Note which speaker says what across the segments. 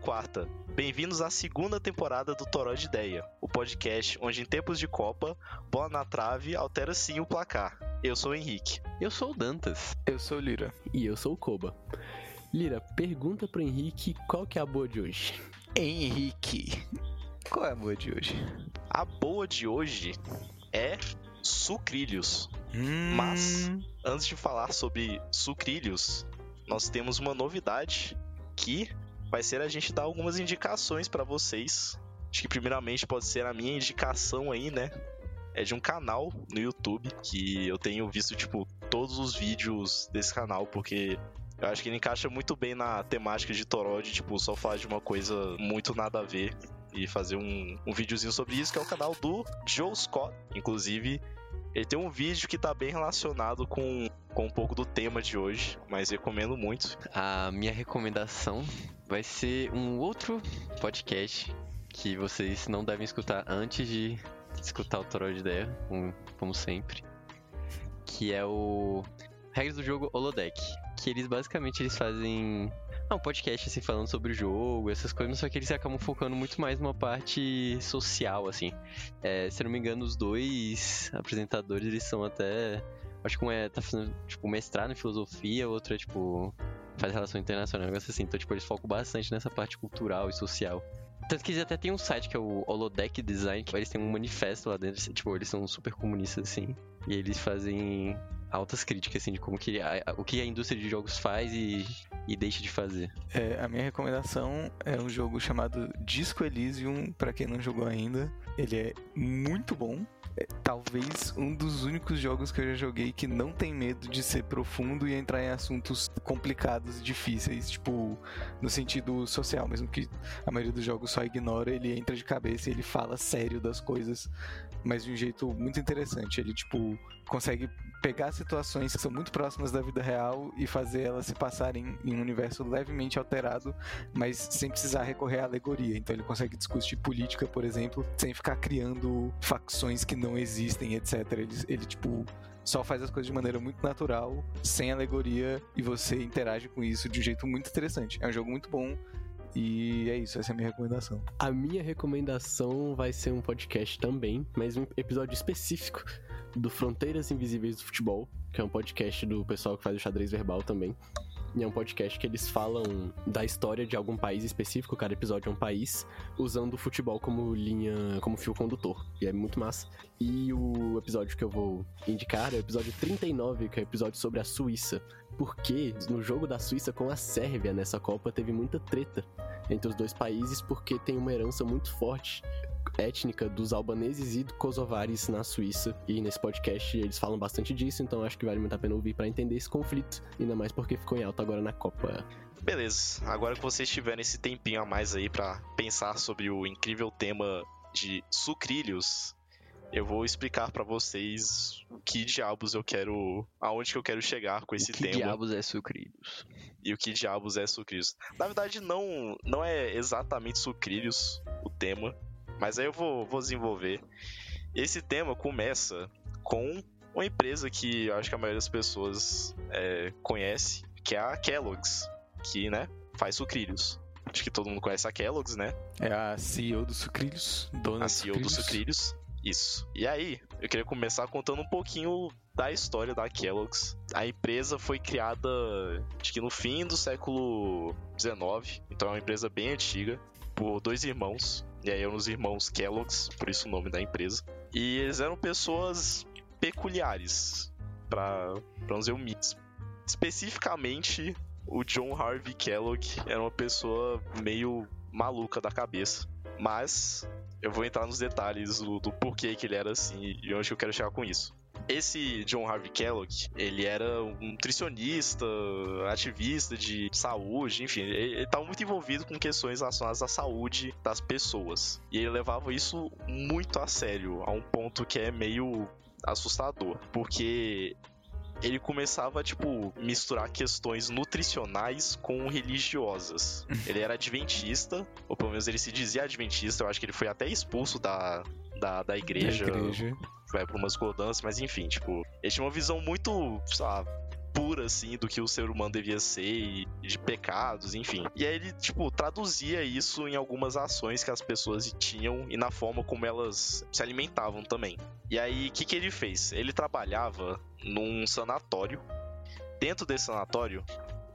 Speaker 1: quarta. Bem-vindos à segunda temporada do Toró de Ideia, o podcast onde em tempos de Copa, bola na trave altera sim o placar. Eu sou o Henrique.
Speaker 2: Eu sou o Dantas.
Speaker 3: Eu sou o Lira.
Speaker 4: E eu sou o Koba. Lira, pergunta pro Henrique qual que é a boa de hoje.
Speaker 3: Henrique, qual é a boa de hoje?
Speaker 1: A boa de hoje é sucrilhos.
Speaker 3: Hum,
Speaker 1: Mas antes de falar sobre sucrilhos, nós temos uma novidade que vai ser a gente dar algumas indicações para vocês. Acho que primeiramente pode ser a minha indicação aí, né? É de um canal no YouTube que eu tenho visto tipo todos os vídeos desse canal porque eu acho que ele encaixa muito bem na temática de Toró de tipo só falar de uma coisa muito nada a ver e fazer um, um videozinho sobre isso, que é o canal do Joe Scott. Inclusive, ele tem um vídeo que tá bem relacionado com, com um pouco do tema de hoje, mas recomendo muito.
Speaker 2: A minha recomendação vai ser um outro podcast que vocês não devem escutar antes de escutar o Toró de Ideia, um- como sempre, que é o Regras do Jogo Holodeck, que eles basicamente eles fazem ah, um podcast assim falando sobre o jogo, essas coisas, só que eles acabam focando muito mais numa parte social assim. É, se eu não me engano, os dois apresentadores eles são até acho que um é tá fazendo tipo mestrado em filosofia, o outro é tipo faz relação internacional, um negócio assim. Então tipo eles focam bastante nessa parte cultural e social. Tanto que eles até tem um site que é o Holodeck Design, que eles têm um manifesto lá dentro, assim, tipo, eles são super comunistas, assim. E eles fazem altas críticas, assim, de como que a, a- o que a indústria de jogos faz e, e deixa de fazer.
Speaker 3: É, a minha recomendação é um jogo chamado Disco Elysium, pra quem não jogou ainda. Ele é muito bom. É, talvez um dos únicos jogos que eu já joguei que não tem medo de ser profundo e entrar em assuntos complicados e difíceis, tipo, no sentido social, mesmo que a maioria dos jogos só ignora, ele entra de cabeça e ele fala sério das coisas, mas de um jeito muito interessante. Ele, tipo, consegue pegar situações que são muito próximas da vida real e fazer elas se passarem em um universo levemente alterado, mas sem precisar recorrer à alegoria. Então ele consegue discutir política, por exemplo, sem ficar criando facções que não existem, etc. Ele, ele tipo só faz as coisas de maneira muito natural, sem alegoria, e você interage com isso de um jeito muito interessante. É um jogo muito bom. E é isso, essa é a minha recomendação.
Speaker 4: A minha recomendação vai ser um podcast também, mas um episódio específico do Fronteiras Invisíveis do Futebol, que é um podcast do pessoal que faz o xadrez verbal também. E é um podcast que eles falam da história de algum país específico, cada episódio é um país, usando o futebol como linha, como fio condutor. E é muito massa. E o episódio que eu vou indicar é o episódio 39, que é o episódio sobre a Suíça. Porque no jogo da Suíça com a Sérvia nessa Copa teve muita treta entre os dois países porque tem uma herança muito forte étnica dos albaneses e kosovares na Suíça. E nesse podcast eles falam bastante disso, então acho que vale muito a pena ouvir para entender esse conflito, ainda mais porque ficou em alta agora na Copa.
Speaker 1: Beleza, agora que vocês tiverem esse tempinho a mais aí pra pensar sobre o incrível tema de sucrilhos, eu vou explicar pra vocês o que diabos eu quero, aonde que eu quero chegar com esse
Speaker 2: o que
Speaker 1: tema
Speaker 2: diabos é sucrilhos?
Speaker 1: e o que diabos é sucrilhos. Na verdade, não, não é exatamente sucrilhos o tema, mas aí eu vou, vou desenvolver. Esse tema começa com uma empresa que eu acho que a maioria das pessoas é, conhece, que é a Kellogg's, que, né, faz sucrilhos. Acho que todo mundo conhece a Kellogg's, né?
Speaker 3: É a CEO do Sucrilhos, dona
Speaker 1: a CEO do Sucrilhos. Isso. E aí, eu queria começar contando um pouquinho da história da Kellogg's. A empresa foi criada, acho que no fim do século XIX, então é uma empresa bem antiga, por dois irmãos, e aí eram os irmãos Kellogg's, por isso o nome da empresa. E eles eram pessoas peculiares, pra, pra não dizer o mínimo. Especificamente, o John Harvey Kellogg era uma pessoa meio maluca da cabeça, mas eu vou entrar nos detalhes do, do porquê que ele era assim e onde que eu quero chegar com isso. Esse John Harvey Kellogg, ele era um nutricionista, ativista de saúde, enfim, ele ele estava muito envolvido com questões relacionadas à saúde das pessoas. E ele levava isso muito a sério, a um ponto que é meio assustador, porque ele começava tipo misturar questões nutricionais com religiosas. Ele era adventista, ou pelo menos ele se dizia adventista. Eu acho que ele foi até expulso da da, da igreja,
Speaker 3: igreja.
Speaker 1: vai por umas codanças, mas enfim, tipo, ele tinha uma visão muito, sei lá, pura, assim, do que o ser humano devia ser, e de pecados, enfim. E aí ele, tipo, traduzia isso em algumas ações que as pessoas tinham e na forma como elas se alimentavam também. E aí, o que, que ele fez? Ele trabalhava num sanatório. Dentro desse sanatório,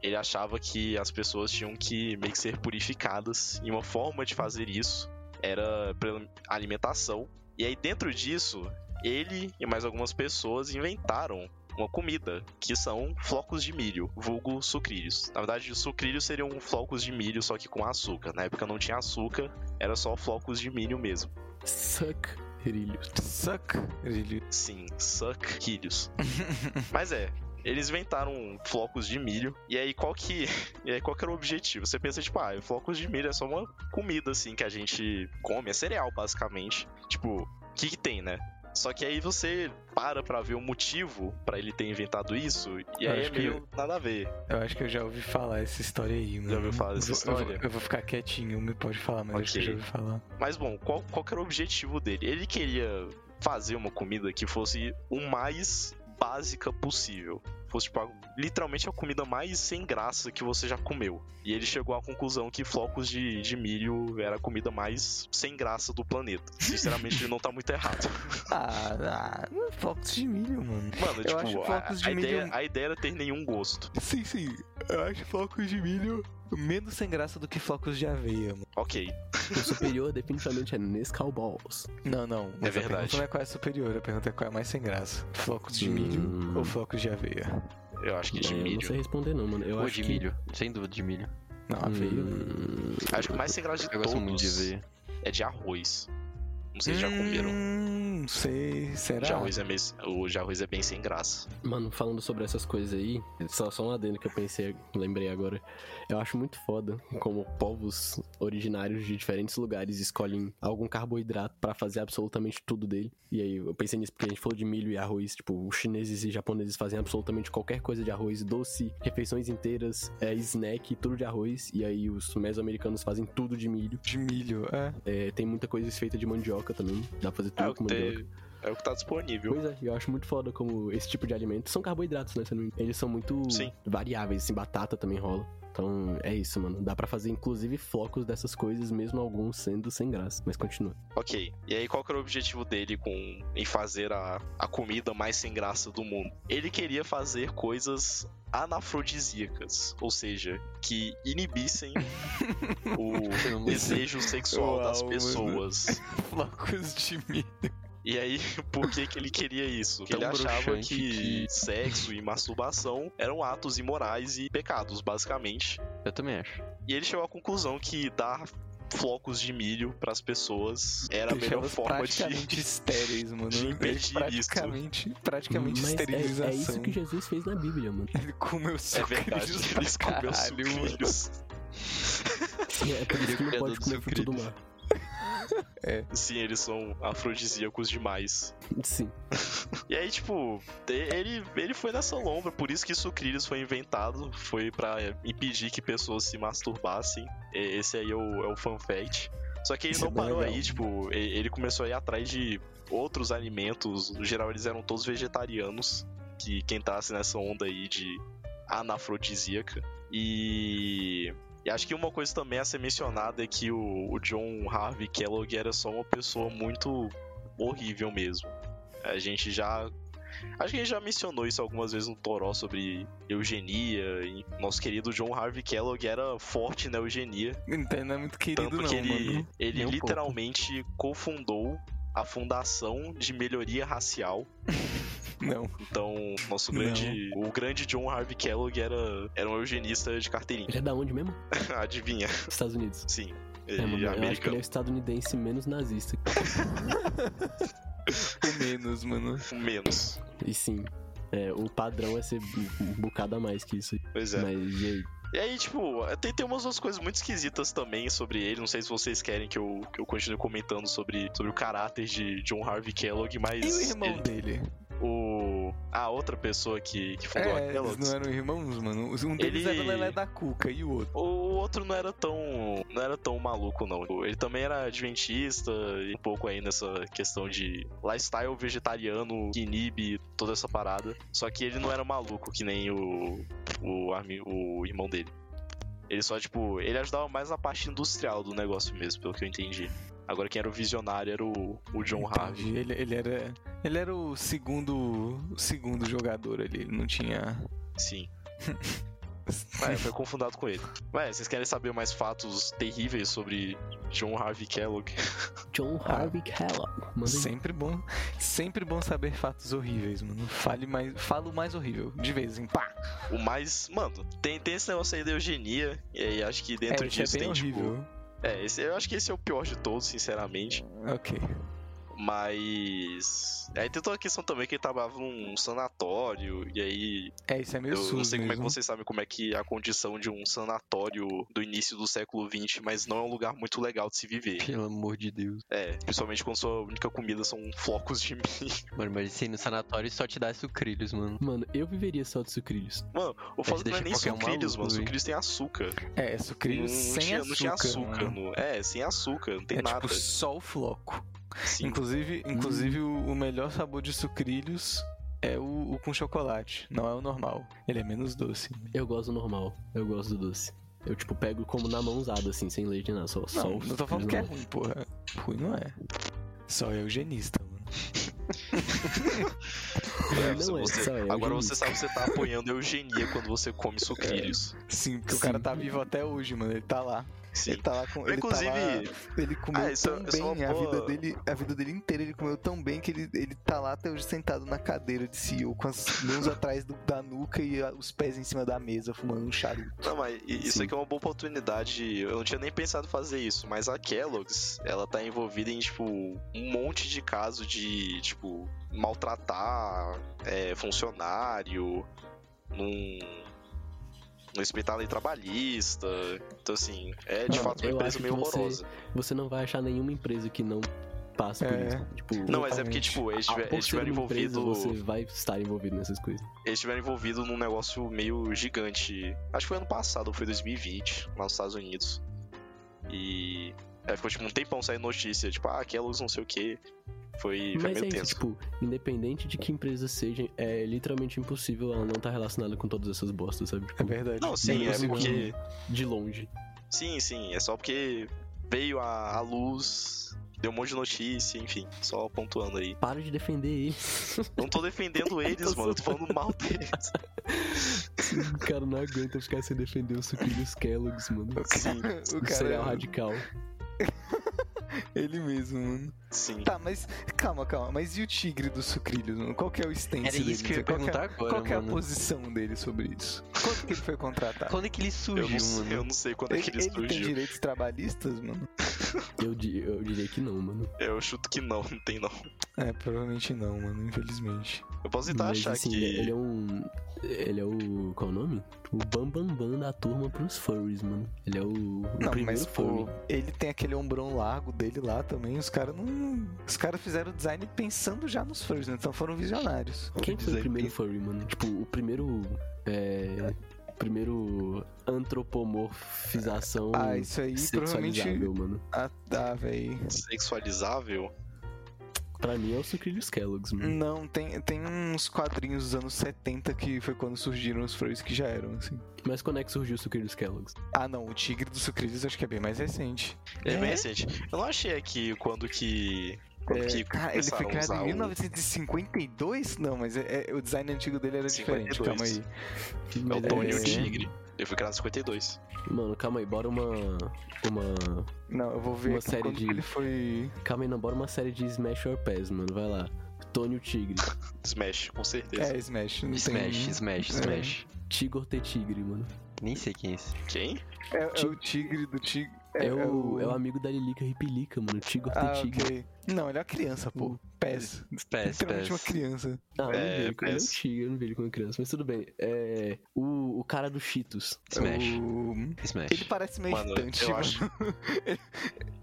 Speaker 1: ele achava que as pessoas tinham que meio que ser purificadas, e uma forma de fazer isso era pela alimentação. E aí, dentro disso, ele e mais algumas pessoas inventaram uma comida, que são flocos de milho, vulgo sucrilhos. Na verdade, os sucrilhos seriam flocos de milho, só que com açúcar. Na época não tinha açúcar, era só flocos de milho mesmo.
Speaker 4: Suck. Rilhos.
Speaker 3: Suck, Rilho.
Speaker 1: Sim, sucrilhos. Mas é, eles inventaram flocos de milho. E aí, qual que, e aí, qual que era o objetivo? Você pensa, tipo, ah, flocos de milho é só uma comida, assim, que a gente come. É cereal, basicamente. Tipo, o que que tem, né? Só que aí você para pra ver o motivo pra ele ter inventado isso. E
Speaker 3: Eu
Speaker 1: aí é
Speaker 3: acho que-
Speaker 1: meio nada a ver.
Speaker 3: Eu acho que eu já ouvi falar essa história aí, mano.
Speaker 1: ouviu falar dessa
Speaker 3: Eu vou- eu vou- Eu
Speaker 1: história?
Speaker 3: vou, ficar quietinho, me pode falar, mas acho que eu
Speaker 1: Ok.
Speaker 3: já ouvi falar.
Speaker 1: Mas bom, qual, qual que era o objetivo dele? Ele queria fazer uma comida que fosse o mais básica possível. Fosse tipo, a- literalmente a comida mais sem graça que você já comeu. E ele chegou à conclusão que flocos de, de milho era a comida mais sem graça do planeta. Sinceramente, ele não tá muito errado.
Speaker 3: Ah, ah,
Speaker 1: é
Speaker 3: flocos de milho, mano.
Speaker 1: Mano,
Speaker 3: Eu
Speaker 1: tipo,
Speaker 3: acho
Speaker 1: a-
Speaker 3: flocos de
Speaker 1: a, ideia,
Speaker 3: milho-
Speaker 1: a ideia era ter nenhum gosto.
Speaker 3: Sim, sim. Eu acho flocos de milho menos sem graça do que flocos de aveia, mano.
Speaker 1: Ok.
Speaker 4: O superior definitivamente é Nescau Balls.
Speaker 3: Não, não. mas A
Speaker 1: verdade.
Speaker 3: pergunta não é qual é superior, a pergunta é qual é mais sem graça. Flocos de milho
Speaker 4: Hum.
Speaker 3: ou flocos de aveia?
Speaker 1: Eu acho que de
Speaker 4: É, Eu não
Speaker 1: milho.
Speaker 4: sei responder não, mano. Eu
Speaker 2: Ou
Speaker 4: acho
Speaker 2: de
Speaker 4: que... Ah,
Speaker 2: milho. Sem dúvida, de milho.
Speaker 3: Não, aveia. né?
Speaker 4: Hum,
Speaker 1: Acho que o mais sem graça de
Speaker 2: Eu gosto muito de
Speaker 1: todos
Speaker 2: ver.
Speaker 1: é de arroz. Não sei se já comeram.
Speaker 3: Hum, sei. Será?
Speaker 1: De arroz é meio, o de arroz é bem sem graça.
Speaker 4: Mano, falando sobre essas coisas aí, só, só um adendo que eu pensei, lembrei agora. Eu acho muito foda como povos originários de diferentes lugares escolhem algum carboidrato pra fazer absolutamente tudo dele. E aí eu pensei nisso porque a gente falou de milho e arroz, tipo, os chineses e japoneses fazem absolutamente qualquer coisa de arroz, doce, refeições inteiras, é, snack, tudo de arroz. E aí os mesoamericanos fazem tudo de milho.
Speaker 3: De milho, é.
Speaker 4: É, tem muita coisa feita de mandioca também, dá pra fazer
Speaker 1: É
Speaker 4: tudo
Speaker 1: o, que
Speaker 4: com mandioca.
Speaker 1: te- é o que tá disponível.
Speaker 4: Pois é, eu acho muito foda como esse tipo de alimento. São carboidratos, né? se eu não me engano. Eles são muito
Speaker 1: Sim.
Speaker 4: variáveis, assim, batata também rola. Então é isso, mano. Dá pra fazer inclusive flocos dessas coisas, mesmo alguns sendo sem graça. Mas continua.
Speaker 1: Ok. E aí, qual que era o objetivo dele com em fazer a, a comida mais sem graça do mundo? Ele queria fazer coisas anafrodisíacas, ou seja, que inibissem o
Speaker 2: Pelo amor de Deus.
Speaker 1: desejo sexual das
Speaker 3: Uau, mano.
Speaker 1: pessoas.
Speaker 3: Flocos de milho.
Speaker 1: E aí, por que que ele queria isso? Porque
Speaker 2: Tão
Speaker 1: ele achava
Speaker 2: broxante
Speaker 1: que,
Speaker 2: que-
Speaker 1: sexo e masturbação eram atos imorais e pecados, basicamente.
Speaker 2: Eu também acho.
Speaker 1: E ele chegou à conclusão que dar flocos de milho pras pessoas era a
Speaker 3: Deixa
Speaker 1: melhor
Speaker 3: elas
Speaker 1: forma de
Speaker 3: praticamente estéreis, mano.
Speaker 1: de impedir
Speaker 3: Eles
Speaker 1: isso.
Speaker 3: praticamente, praticamente
Speaker 4: Mas é- é,
Speaker 3: esterilização.
Speaker 4: isso que Jesus fez na Bíblia, mano.
Speaker 3: Ele comeu
Speaker 1: É
Speaker 3: sucrilhos
Speaker 1: verdade,
Speaker 3: pra
Speaker 1: eles comeu
Speaker 3: caralho, mano.
Speaker 1: sucrilhos.
Speaker 4: E é por isso que não
Speaker 2: Criador
Speaker 4: pode
Speaker 2: do
Speaker 4: comer
Speaker 2: seu
Speaker 4: fruto do mar.
Speaker 1: Sim, eles são afrodisíacos demais.
Speaker 4: Sim.
Speaker 1: E aí, tipo, e- ele, ele foi nessa lombra, por isso que sucrilhos foi inventado, foi pra impedir que pessoas se masturbassem. E- Esse aí é o, é o fun fact. Só que ele
Speaker 4: Isso é
Speaker 1: não
Speaker 4: bem
Speaker 1: parou
Speaker 4: legal.
Speaker 1: aí, tipo, e- ele começou a ir atrás de outros alimentos, no geral eles eram todos vegetarianos, que quem entrasse nessa onda aí de anafrodisíaca. E... e acho que uma coisa também a ser mencionada é que o, o John Harvey Kellogg era só uma pessoa muito horrível mesmo. A gente já. Acho que a gente já mencionou isso algumas vezes no Toró sobre eugenia. E nosso querido John Harvey Kellogg era forte na eugenia.
Speaker 3: Então não é muito querido,
Speaker 1: Tanto
Speaker 3: não,
Speaker 1: que ele,
Speaker 3: mano.
Speaker 1: ele
Speaker 2: Nem um pouco.
Speaker 1: literalmente cofundou a Fundação de Melhoria Racial.
Speaker 3: Não.
Speaker 1: Então, nosso grande. O grande John Harvey Kellogg era, era um eugenista de carteirinha.
Speaker 4: Ele é da onde mesmo?
Speaker 1: Adivinha?
Speaker 4: Estados Unidos.
Speaker 1: Sim.
Speaker 4: É, mano,
Speaker 1: Ele é
Speaker 4: eu acho que ele
Speaker 1: americano.
Speaker 4: é o estadunidense menos nazista.
Speaker 3: O menos, mano.
Speaker 1: Menos.
Speaker 4: E sim, é, o padrão é ser um- um bocado a mais que isso.
Speaker 1: Pois é.
Speaker 4: Mas e aí?
Speaker 1: E aí, tipo, tem, tem umas outras coisas muito esquisitas também sobre ele. Não sei se vocês querem que eu, que eu continue comentando sobre, sobre o caráter de John Harvey Kellogg, mas.
Speaker 3: E o irmão
Speaker 1: ele-
Speaker 3: dele?
Speaker 1: o. A outra pessoa que, que fundou a
Speaker 3: É, eles
Speaker 1: Kellogg's.
Speaker 3: não eram irmãos, mano. Um deles
Speaker 1: Ele-
Speaker 3: era o Lelé da Cuca e o outro.
Speaker 1: O outro não era tão. não era tão maluco, não. Ele também era adventista e um pouco aí nessa questão de lifestyle vegetariano, que inibe toda essa parada. Só que ele não era maluco, que nem o. o, ami- o irmão dele. Ele só, tipo, ele ajudava mais na parte industrial do negócio mesmo, pelo que eu entendi. Agora quem era o visionário era o, o John Harvey.
Speaker 3: Entendi. Então, Ele, ele era, ele era o segundo, o segundo jogador ali. Ele não tinha.
Speaker 1: Sim. Ah, foi confundado com ele. Ué, vocês querem saber mais fatos terríveis sobre John Harvey Kellogg?
Speaker 4: John Harvey Kellogg. Manda aí.
Speaker 3: Sempre bom, sempre bom saber fatos horríveis, mano. Fale mais, falo mais horrível de vez em pá.
Speaker 1: O mais. Mano, tem, tem esse negócio aí da eugenia. E aí acho que dentro
Speaker 3: é, isso
Speaker 1: disso
Speaker 3: é
Speaker 1: tem,
Speaker 3: bem
Speaker 1: tipo.
Speaker 3: horrível.
Speaker 1: É, esse- eu acho que esse é o pior de todos, sinceramente.
Speaker 3: Ok.
Speaker 1: Mas. Aí tem toda a questão também que ele trabalhava num sanatório. E aí.
Speaker 3: É, isso é meio
Speaker 1: Eu, não
Speaker 3: SUS
Speaker 1: sei como é que
Speaker 3: mesmo.
Speaker 1: vocês sabem como é que é a condição de um sanatório do início do século XX, mas não é um lugar muito legal de se viver.
Speaker 2: Pelo amor de Deus.
Speaker 1: É, principalmente quando sua única comida são flocos de milho.
Speaker 2: Mano, mas se ir no sanatório só te dá sucrilhos, mano.
Speaker 4: Mano, eu viveria só de sucrilhos.
Speaker 1: O foda é que não é
Speaker 2: deixa
Speaker 1: nem
Speaker 2: qualquer um
Speaker 1: sucrilhos,
Speaker 2: maluco,
Speaker 1: mano.
Speaker 2: hein?
Speaker 1: Sucrilhos tem açúcar.
Speaker 3: É, é
Speaker 1: Não
Speaker 3: sucrilhos sem
Speaker 1: tinha,
Speaker 3: açúcar.
Speaker 1: não tinha açúcar.
Speaker 3: mano.
Speaker 1: No... É, sem açúcar, não tem
Speaker 3: É
Speaker 1: nada.
Speaker 3: tipo só o floco.
Speaker 1: Sim. Hum.
Speaker 3: Inclusive, inclusive o, o melhor sabor de sucrilhos é o, o com chocolate, não é o normal. Ele é menos doce.
Speaker 4: Eu gosto do normal. Eu gosto do doce. Eu, tipo, pego como na mãozada, assim, sem leite, nada. Só, só
Speaker 3: Não,
Speaker 4: o
Speaker 3: não tô falando que é
Speaker 4: normal.
Speaker 3: ruim, porra. Ruim não é. Só é eugenista, mano.
Speaker 1: É,
Speaker 4: Não
Speaker 1: se
Speaker 4: é, É.
Speaker 1: você-
Speaker 4: só é
Speaker 1: Agora
Speaker 4: eugenista.
Speaker 1: você sabe que você tá apoiando a eugenia quando você come sucrilhos.
Speaker 3: Sim, porque o
Speaker 4: Sim.
Speaker 3: cara tá vivo até hoje, mano. Ele tá lá.
Speaker 1: Sim.
Speaker 3: Ele tá lá com. Ele tá
Speaker 1: Inclusive,
Speaker 3: lá- ele comeu
Speaker 1: Ah, isso é-
Speaker 3: tão
Speaker 1: isso é uma
Speaker 3: bem a
Speaker 1: boa-
Speaker 3: vida dele, a vida dele inteira, ele comeu tão bem que ele, ele tá lá até hoje sentado na cadeira de CEO, com as mãos atrás do- da nuca e a- os pés em cima da mesa, fumando um charuto.
Speaker 1: não, mas i- isso
Speaker 4: Sim.
Speaker 1: aqui é uma boa oportunidade. Eu não tinha nem pensado em fazer isso, mas a Kellogg's, ela tá envolvida em, tipo, um monte de caso de, tipo, maltratar é, funcionário, num. No hospital aí trabalhista. Então, assim, é de
Speaker 4: Não,
Speaker 1: fato uma
Speaker 4: eu
Speaker 1: empresa
Speaker 4: acho
Speaker 1: meio
Speaker 4: que você-
Speaker 1: horrorosa.
Speaker 4: Você não vai achar nenhuma empresa que não passe por
Speaker 3: É.
Speaker 4: isso. Tipo,
Speaker 1: Não, mas é porque,
Speaker 3: Exatamente.
Speaker 1: tipo, eles
Speaker 4: a-
Speaker 1: tiver-
Speaker 4: por
Speaker 1: eles
Speaker 4: ser
Speaker 1: tiveram
Speaker 4: uma empresa,
Speaker 1: envolvido.
Speaker 4: você vai estar envolvido nessas coisas.
Speaker 1: eles estiveram envolvidos num negócio meio gigante. Acho que foi ano passado, ou foi 2020, lá nos Estados Unidos. E. Aí ficou tipo um tempão saindo notícia, tipo, ah, Kellogg's não sei o que. Foi, foi
Speaker 4: Mas
Speaker 1: meio
Speaker 4: é isso,
Speaker 1: tenso.
Speaker 4: tipo, independente de que empresa seja, é literalmente impossível ela não estar relacionada com todas essas bostas, sabe? Tipo,
Speaker 3: verdade.
Speaker 1: Não, sim, é
Speaker 4: é possível.
Speaker 1: porque.
Speaker 4: de longe.
Speaker 1: Sim, sim, é só porque veio a, a luz, deu um monte de notícia, enfim, só pontuando aí.
Speaker 4: Para de defender eles.
Speaker 1: Não tô defendendo eles, mano, eu tô falando mal deles.
Speaker 4: o cara não aguenta ficar sem defender os sucrilhos Kellogg's, mano.
Speaker 1: Sim,
Speaker 3: O cara
Speaker 4: Cereal
Speaker 3: é
Speaker 4: radical.
Speaker 3: ele mesmo, mano.
Speaker 1: sim.
Speaker 3: Tá, mas calma, calma. Mas e o tigre dos sucrilhos, mano? Qual que é o stance
Speaker 2: Era
Speaker 3: dele?
Speaker 2: isso que eu ia
Speaker 3: Qual que é-
Speaker 2: perguntar agora,
Speaker 3: Qual que é a
Speaker 2: mano.
Speaker 3: posição dele sobre isso? Quanto que ele foi contratado?
Speaker 2: Quando é que ele
Speaker 1: Eu não,
Speaker 2: surgiu,
Speaker 1: sei- eu
Speaker 2: mano?
Speaker 1: não sei quando é
Speaker 3: Ele,
Speaker 1: que ele
Speaker 3: ele tem
Speaker 1: surgiu.
Speaker 3: direitos trabalhistas, mano?
Speaker 4: Eu, di- eu diria que não, mano.
Speaker 1: Eu chuto que não, não tem não.
Speaker 3: É, provavelmente não, mano, infelizmente.
Speaker 1: Eu posso tentar
Speaker 4: Mas,
Speaker 1: tá achar
Speaker 4: assim,
Speaker 1: que.
Speaker 4: ele é um. Ele é o. Qual é o nome? O Bambambam Bam Bam da turma pros furries, mano. Ele é o. o
Speaker 3: Não,
Speaker 4: primeiro
Speaker 3: mas
Speaker 4: furry.
Speaker 3: pô, ele tem aquele ombrão largo dele lá também. Os caras não. Os caras fizeram o design pensando já nos furs, né? Então foram visionários.
Speaker 4: Quem foi o
Speaker 2: Design
Speaker 4: primeiro furry, mano? Tipo, o primeiro. É. Primeiro. Antropomorfização.
Speaker 3: Ah, isso aí provavelmente.
Speaker 4: sexualizável, mano.
Speaker 3: Ah, tá,
Speaker 4: é
Speaker 3: véi.
Speaker 4: um
Speaker 1: sexualizável?
Speaker 4: Pra mim é o Sucrilhos Kellogg's,
Speaker 1: Hum.
Speaker 4: mano.
Speaker 3: Não, tem, tem uns quadrinhos dos anos 70 que foi quando surgiram os furs que já eram, assim.
Speaker 4: Mas quando é que surgiu o Sucrilhos Kellogg's?
Speaker 3: Ah, não, o Tigre do Sucrilhos acho que é bem mais recente.
Speaker 1: É,
Speaker 2: É.
Speaker 1: bem recente. Eu não achei aqui quando que. Quando
Speaker 3: É,
Speaker 1: que
Speaker 3: cara, ele foi
Speaker 1: começaram a
Speaker 3: criado
Speaker 1: usar
Speaker 3: em
Speaker 1: o-
Speaker 3: 1952? Não, mas é- é- o design antigo dele era diferente,
Speaker 1: 52.
Speaker 3: calma aí.
Speaker 1: É o Tony e o
Speaker 3: É.
Speaker 1: Tigre. Ele foi criado em 52.
Speaker 4: assim, Mano, calma aí, bora uma. Uma.
Speaker 3: Não, eu vou ver
Speaker 4: Uma
Speaker 3: aqui
Speaker 4: série
Speaker 3: quando
Speaker 4: de-
Speaker 3: que ele foi.
Speaker 4: Calma aí, não, bora uma série de Smash or Pass, mano. Vai lá. Tony o Tigre.
Speaker 1: Smash, com certeza.
Speaker 3: É, Smash. Não
Speaker 2: Smash,
Speaker 3: tem...
Speaker 2: Smash,
Speaker 3: É.
Speaker 2: Smash.
Speaker 4: Tigor T Tigre, mano.
Speaker 2: Nem sei quem é esse.
Speaker 1: Quem?
Speaker 3: É, é o Tigre do Tigre. É,
Speaker 4: É, o, é o amigo da Lilica Ripilica, mano. Tigor T
Speaker 3: Ah,
Speaker 4: Tigre.
Speaker 3: ok. Não, ele é uma criança, pô. PES.
Speaker 2: PES,
Speaker 3: Literalmente uma
Speaker 2: PES.
Speaker 3: criança.
Speaker 4: Ah, eu
Speaker 1: É,
Speaker 4: não vi, eu não
Speaker 1: PS.
Speaker 4: tinha, eu não vi ele quando criança, mas tudo bem. É, o, o cara do Cheetos.
Speaker 2: Smash.
Speaker 3: O- Ele
Speaker 2: Smash.
Speaker 3: parece meio
Speaker 1: Mano,
Speaker 3: irritante,
Speaker 1: eu
Speaker 3: mano.
Speaker 1: acho-
Speaker 3: Ele-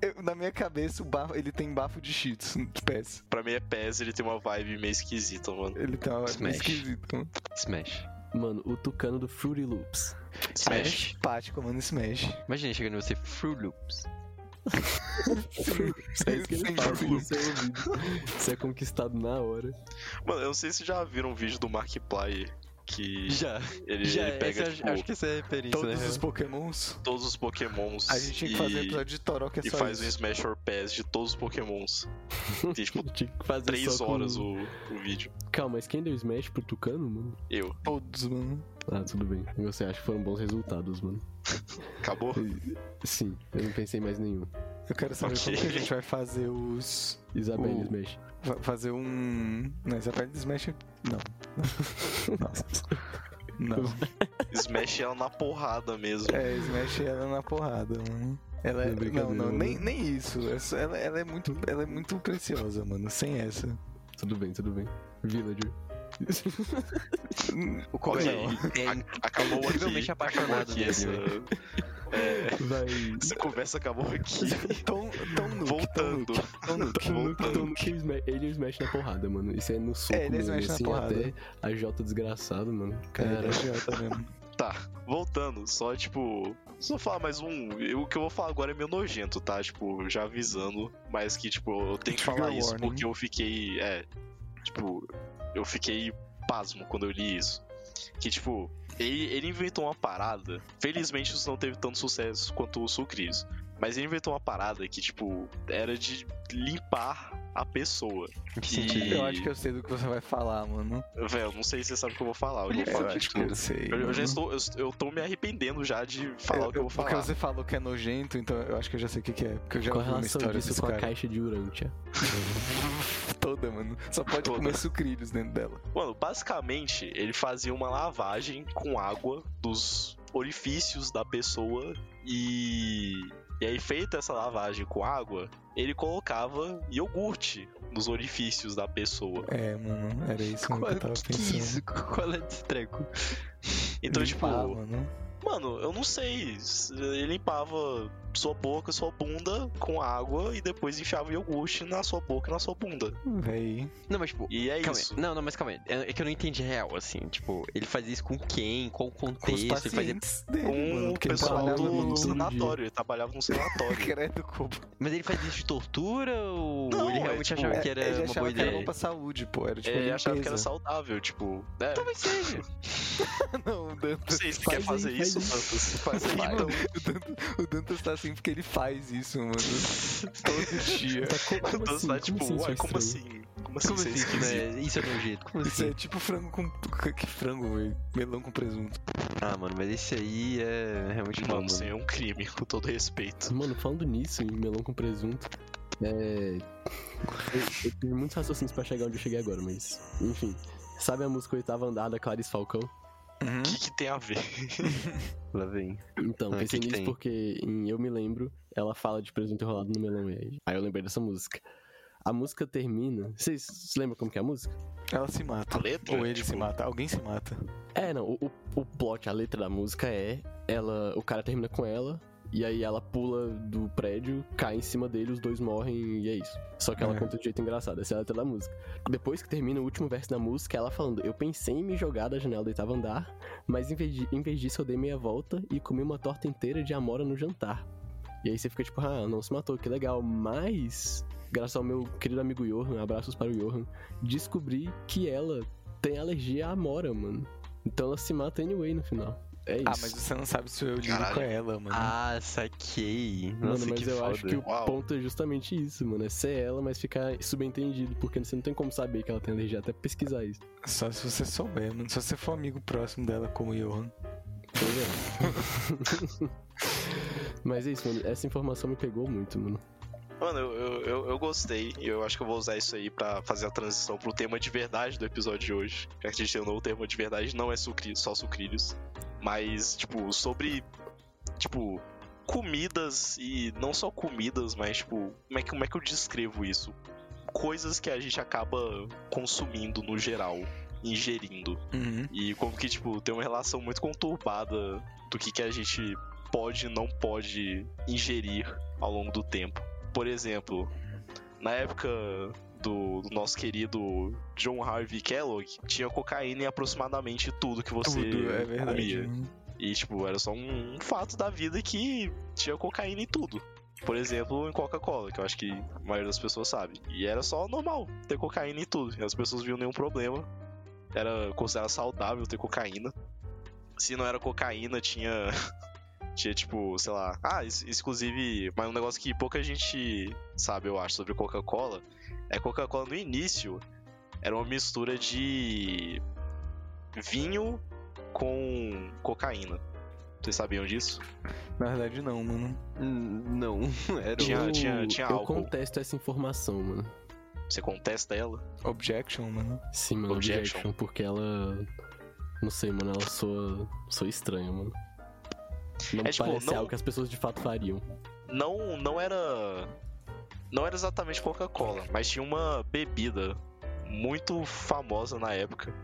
Speaker 3: eu- na minha cabeça, o bafo- ele tem bafo de cheats de PES.
Speaker 1: Pra mim é PES, ele tem uma vibe meio esquisita, mano.
Speaker 3: Ele tá
Speaker 2: Smash.
Speaker 3: esquisito. mano.
Speaker 2: Smash.
Speaker 4: Mano, o tucano do Fruity Loops.
Speaker 3: É.
Speaker 1: Smash.
Speaker 3: Simpático, mano, Smash.
Speaker 2: Imagina chegando em você, Fruit Loops.
Speaker 4: É isso que ele
Speaker 3: Sim,
Speaker 4: faz
Speaker 3: sim.
Speaker 4: no seu ouvido. Você é conquistado na hora.
Speaker 1: Mano, eu não sei se já viram um vídeo do Markiplier que
Speaker 2: Já,
Speaker 1: ele,
Speaker 2: já,
Speaker 1: ele pega
Speaker 2: esse eu
Speaker 1: tipo,
Speaker 2: acho que essa é a referência,
Speaker 3: Todos
Speaker 2: né?
Speaker 3: os pokémons.
Speaker 1: todos os pokémons
Speaker 3: A gente tinha que
Speaker 1: e,
Speaker 3: fazer um episódio de Toró que é
Speaker 1: e
Speaker 3: só
Speaker 1: faz um
Speaker 3: isso.
Speaker 1: Smash or Pass de todos os pokémons. Tem tipo
Speaker 4: Tinha que fazer
Speaker 1: três
Speaker 4: só com-
Speaker 1: horas o, o vídeo.
Speaker 4: Calma, mas quem deu Smash pro Tucano, mano?
Speaker 1: Eu.
Speaker 3: Todos, mano.
Speaker 4: Ah, tudo bem. Você acha que foram bons resultados, mano?
Speaker 1: Acabou?
Speaker 4: Sim, eu não pensei mais nenhum.
Speaker 3: Eu quero saber
Speaker 1: Ok.
Speaker 3: como que a gente vai fazer os.
Speaker 4: Isabelle
Speaker 3: O-
Speaker 4: Smash.
Speaker 3: fa- Fazer um. Não, essa parte do Smash. Não. Nossa. Não.
Speaker 1: Smash ela na porrada mesmo.
Speaker 3: É, Smash ela na porrada, mano. Ela é.
Speaker 4: Não é
Speaker 3: Não,
Speaker 4: brincadeira,
Speaker 3: não,
Speaker 4: mano.
Speaker 3: nem, nem isso. É só- Ela, ela é muito, ela é muito preciosa, mano. Sem essa.
Speaker 4: Tudo bem, tudo bem. Villager.
Speaker 3: O
Speaker 2: é?
Speaker 3: é?
Speaker 1: Ok,
Speaker 3: Corel.
Speaker 1: a- acabou aqui.
Speaker 2: incrivelmente apaixonado
Speaker 1: acabou aqui
Speaker 2: nele,
Speaker 1: essa, é,
Speaker 4: Vai.
Speaker 1: essa conversa acabou aqui.
Speaker 3: Tom, Tom Nook.
Speaker 1: Voltando.
Speaker 3: Tom Nook. Tom Nook.
Speaker 1: Voltando.
Speaker 4: Então, que o Sma- ele e o Smash na porrada, mano. Isso é no soco,
Speaker 3: É, ele e o
Speaker 4: mesmo,
Speaker 3: Smash na
Speaker 4: assim,
Speaker 3: porrada.
Speaker 4: até a Jota desgraçado, mano.
Speaker 3: Cara,
Speaker 4: Cara,
Speaker 3: é idiota mesmo.
Speaker 1: Tá, voltando, só tipo. Só falar mais um. eu- o que eu vou falar agora é meio nojento, tá? Tipo, já avisando. Mas que, tipo, eu tenho que
Speaker 3: Trigger
Speaker 1: falar isso
Speaker 3: warning.
Speaker 1: porque eu fiquei. É. Tipo, eu fiquei pasmo quando eu li isso. Que, tipo, ele, ele inventou uma parada. Felizmente isso não teve tanto sucesso quanto o Sucris. Mas ele inventou uma parada que, tipo, era de limpar a pessoa.
Speaker 2: Em que
Speaker 1: E-
Speaker 2: sentido?
Speaker 3: Eu acho que eu sei do que você vai falar, mano.
Speaker 1: Velho, não sei se você sabe o que eu vou falar. Eu,
Speaker 2: Ele
Speaker 1: vou
Speaker 2: fala, assim,
Speaker 1: falar,
Speaker 3: Eu acho
Speaker 1: tipo,
Speaker 3: que eu sei.
Speaker 2: né?
Speaker 1: eu, eu já
Speaker 3: mano.
Speaker 1: estou. Eu, eu tô me arrependendo já de falar o
Speaker 2: É,
Speaker 1: que eu vou falar.
Speaker 3: Porque você falou que é nojento, então eu acho que eu já sei o que, que é. Porque eu já
Speaker 4: qual a
Speaker 3: ouvi uma
Speaker 4: relação
Speaker 3: história
Speaker 4: disso
Speaker 3: desse
Speaker 4: com a
Speaker 3: cara.
Speaker 4: caixa de Tá Urantia?
Speaker 3: Toda, mano. Só pode
Speaker 1: Toda.
Speaker 3: comer sucrilhos dentro dela.
Speaker 1: Mano, basicamente, ele fazia uma lavagem com água dos orifícios da pessoa e. E aí, feita essa lavagem com água, ele colocava iogurte nos orifícios da pessoa.
Speaker 3: É, mano. Era isso mesmo que eu tava
Speaker 2: que
Speaker 3: pensando.
Speaker 2: isso? Qual é desse treco?
Speaker 1: Então,
Speaker 3: Limpar,
Speaker 1: tipo,
Speaker 3: mano.
Speaker 1: mano, eu não sei. se- Ele limpava sua boca, sua bunda com água e depois enfiava iogurte na sua boca e na sua bunda.
Speaker 3: Véi.
Speaker 2: Não, mas tipo,
Speaker 1: E é
Speaker 2: Calma
Speaker 1: isso.
Speaker 2: aí. Não, não, mas calma aí. É é que eu não entendi real, assim. Tipo, ele fazia isso com quem? Qual o
Speaker 3: Com os
Speaker 2: contexto? Ele fazia...
Speaker 3: pacientes dele,
Speaker 1: Com
Speaker 3: mano.
Speaker 1: o
Speaker 3: Porque ele
Speaker 1: um pessoal
Speaker 3: trabalhava
Speaker 1: do,
Speaker 3: no...
Speaker 1: do
Speaker 4: todo dia.
Speaker 1: sanatório. Ele trabalhava num sanatório.
Speaker 3: Credo, como...
Speaker 2: Mas ele fazia isso de tortura ou
Speaker 1: Não,
Speaker 2: ele
Speaker 1: é,
Speaker 2: realmente
Speaker 1: tipo,
Speaker 2: achava que era
Speaker 3: ele
Speaker 2: uma
Speaker 3: achava
Speaker 2: boa
Speaker 3: que era
Speaker 2: ideia?
Speaker 3: bom pra saúde, pô. Era tipo
Speaker 1: É, ele achava que era
Speaker 3: limpeza.
Speaker 1: saudável, tipo. É,
Speaker 2: Talvez seja.
Speaker 3: Não, o Dantas...
Speaker 1: Não sei se
Speaker 4: Faz
Speaker 1: quer fazer
Speaker 4: aí,
Speaker 1: isso,
Speaker 4: faz aí.
Speaker 1: Dantas. Faz aí,
Speaker 2: Vai.
Speaker 1: então.
Speaker 3: O Dantas, o Dantas tá assim porque ele faz isso, mano. Todo dia.
Speaker 4: Tá, co- como,
Speaker 1: Dantas
Speaker 4: assim?
Speaker 1: tá
Speaker 4: Como
Speaker 1: tipo,
Speaker 4: assim, isso é
Speaker 1: uai, como
Speaker 4: estranho?
Speaker 1: assim? Como assim
Speaker 2: Como
Speaker 1: você é
Speaker 2: assim? isso não
Speaker 1: esquisito?
Speaker 2: é- Isso é nojento. Como
Speaker 3: Isso
Speaker 2: assim?
Speaker 3: é tipo frango com... Que frango, velho? Melão com presunto.
Speaker 2: Ah, mano, mas esse aí é realmente bom,
Speaker 1: Mano,
Speaker 2: mano.
Speaker 1: isso aí é um crime, com todo respeito.
Speaker 3: assim?
Speaker 4: Mano, falando nisso, em melão com presunto, é. Eu, eu tive muitos raciocínios pra chegar onde eu cheguei agora, mas. Enfim. Sabe a música Oitava Andar da Clarice Falcão?
Speaker 3: Uhum.
Speaker 1: O que, que tem a ver?
Speaker 2: Lá vem.
Speaker 4: Então,
Speaker 2: Ah,
Speaker 4: pensei
Speaker 2: que que tem?
Speaker 4: nisso porque em Eu Me Lembro, ela fala de presunto enrolado no melão. E aí, aí eu lembrei dessa música. A música termina. Vocês se lembram como que é a música?
Speaker 3: Ela se mata.
Speaker 1: A letra?
Speaker 3: Ou ele
Speaker 1: Tipo,
Speaker 3: se mata. Alguém se mata.
Speaker 4: É, não. O, o, o plot, a letra da música é. ela, O cara termina com ela. E aí ela pula do prédio, cai em cima dele, os dois morrem e é isso. Só que ela
Speaker 3: É.
Speaker 4: conta de jeito engraçado, essa é a letra da música. Depois que termina o último verso da música, ela falando, eu pensei em me jogar da janela do oitavo andar, mas em vez, de, em vez disso eu dei meia volta e comi uma torta inteira de amora no jantar. E aí você fica tipo, ah, não se matou, que legal, mas... Graças ao meu querido amigo Johan, abraços para o Johan, descobri que ela tem alergia à amora, mano. Então ela se mata anyway no final. É isso.
Speaker 3: Ah, mas você não sabe se o lírico
Speaker 1: Caralho.
Speaker 3: é ela, mano.
Speaker 2: Ah, saquei.
Speaker 4: Mano,
Speaker 2: Nossa,
Speaker 4: mas
Speaker 2: que
Speaker 4: eu
Speaker 2: foda.
Speaker 4: acho que o
Speaker 1: Uau.
Speaker 4: ponto é justamente isso, mano. É ser ela, mas ficar subentendido, porque você não tem como saber que ela tem alergia, até pesquisar isso.
Speaker 3: Só se você souber, mano. Só se você for amigo próximo dela, como o Johan.
Speaker 4: Tá Pois é. mas é isso, mano. Essa informação me pegou muito, mano.
Speaker 1: Mano, eu, eu, eu, eu gostei. E eu acho que eu vou usar isso aí pra fazer a transição pro tema de verdade do episódio de hoje. Já que a gente tem um novo tema de verdade, não é sucrilhos, só sucrilhos. Mas, tipo, sobre. Tipo. Comidas e não só comidas, mas tipo, como é que, como é que eu descrevo isso? coisas que a gente acaba consumindo no geral, ingerindo.
Speaker 3: Uhum.
Speaker 1: E como que, tipo, tem uma relação muito conturbada do que, que a gente pode e não pode ingerir ao longo do tempo. Por exemplo, na época do, do nosso querido John Harvey Kellogg, tinha cocaína em aproximadamente tudo que você
Speaker 3: Tudo, é verdade.
Speaker 1: comia. E, tipo, era só um, um fato da vida que tinha cocaína em tudo. Por exemplo, em Coca-Cola, que eu acho que a maioria das pessoas sabe. E era só normal ter cocaína em tudo. E as pessoas viam nenhum problema. Era considerado saudável ter cocaína. Se não era cocaína, tinha. Tinha tipo, sei lá. Ah, isso, isso, inclusive. Mas um negócio que pouca gente sabe, eu acho, sobre Coca-Cola. É que Coca-Cola no início era uma mistura de. vinho com cocaína. Vocês sabiam disso?
Speaker 3: Na verdade, não, mano.
Speaker 2: Hum, Não, era
Speaker 1: Tinha-
Speaker 2: o...
Speaker 4: eu,
Speaker 1: tinha
Speaker 4: Eu
Speaker 1: álcool.
Speaker 4: contesto essa informação, mano.
Speaker 1: Você contesta ela?
Speaker 3: Objection, mano.
Speaker 4: Sim, mano,
Speaker 1: Objection.
Speaker 4: objection. porque ela. Não sei, mano, ela soa, soa estranha, mano. Não
Speaker 1: É, tipo,
Speaker 4: parece
Speaker 1: não-
Speaker 4: algo que as pessoas de fato fariam.
Speaker 1: não não era não era exatamente Coca-Cola, mas tinha uma bebida muito famosa na época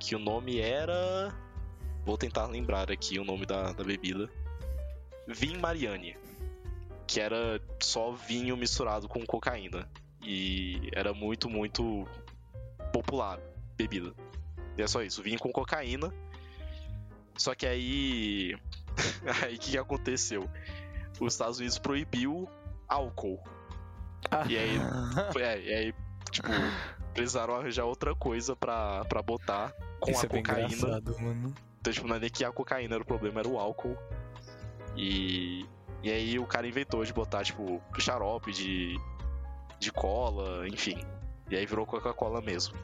Speaker 1: que o nome era vou tentar lembrar aqui o nome da, da bebida Vin Mariani que era só vinho misturado com cocaína e era muito muito popular bebida e é só isso vinho com cocaína só que aí aí o que que aconteceu os Estados Unidos proibiu álcool.
Speaker 3: Ah,
Speaker 1: E aí, foi- é, e aí, tipo, precisaram arranjar outra coisa pra, pra botar com
Speaker 3: Isso
Speaker 1: a
Speaker 3: é bem
Speaker 1: cocaína.
Speaker 3: engraçado, mano.
Speaker 1: Então, tipo, não é nem que a cocaína era o problema, era o álcool. E, e aí o cara inventou de botar, tipo, xarope de, de cola, enfim. E aí virou Coca-Cola mesmo.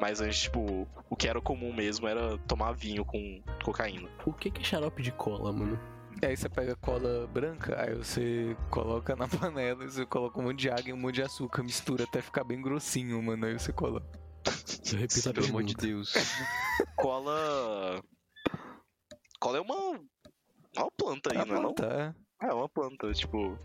Speaker 1: Mas antes, tipo, o que era comum mesmo era tomar vinho com cocaína.
Speaker 4: O que que é xarope de cola, mano?
Speaker 3: E aí você pega cola branca, aí você coloca na panela, e você coloca um monte de água e um monte de açúcar, mistura até ficar bem grossinho, mano. Aí você cola.
Speaker 4: Eu repito a
Speaker 2: Pelo amor de
Speaker 4: pergunta.
Speaker 2: Deus.
Speaker 1: Cola. Cola é uma. É uma planta aí,
Speaker 3: Ah,
Speaker 1: não é? Não?
Speaker 3: tá.
Speaker 1: É uma planta, tipo.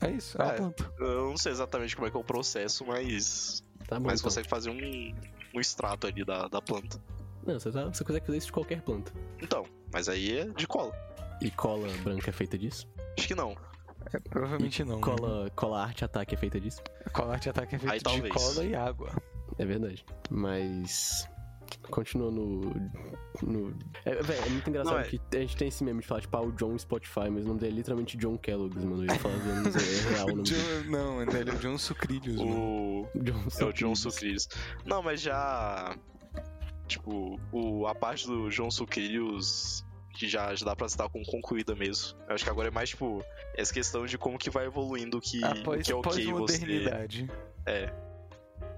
Speaker 3: É isso, é,
Speaker 1: É.
Speaker 3: um ponto.
Speaker 1: Eu não sei exatamente como é que é o processo, mas.
Speaker 4: Tá bom,
Speaker 1: Mas
Speaker 4: então.
Speaker 1: consegue fazer um, um extrato ali da, da planta.
Speaker 4: Não, você, tá, você consegue fazer isso de qualquer planta.
Speaker 1: Então, mas aí é de cola.
Speaker 4: E cola branca é feita disso?
Speaker 1: Acho que não.
Speaker 3: É, provavelmente
Speaker 1: Uhum.
Speaker 3: não. mano.
Speaker 4: Cola, cola arte ataque é feita disso?
Speaker 3: cola de ataque é feito
Speaker 1: Aí
Speaker 3: de
Speaker 1: talvez.
Speaker 3: cola e água.
Speaker 4: É verdade. Mas. Continua no. no... É, véi, é muito engraçado
Speaker 1: Não, é-
Speaker 4: que a gente tem esse meme de falar, tipo, ah, o John Spotify, mas o nome dele é literalmente John Kellogg's, mano. Ele fala, não sei, é real o nome dele.
Speaker 3: John, não, mano, ele é o John Sucrilhos, mano.
Speaker 1: O.
Speaker 4: John
Speaker 1: É o John
Speaker 4: Sucrilhos.
Speaker 1: Sucrilhos. Não, mas já. Tipo, o, a parte do John Sucrilhos. Que já, já dá pra citar como concluída mesmo. Eu acho que agora é mais, tipo, essa questão de como que vai evoluindo o que, o
Speaker 3: Após,
Speaker 1: que é ok você.
Speaker 3: modernidade.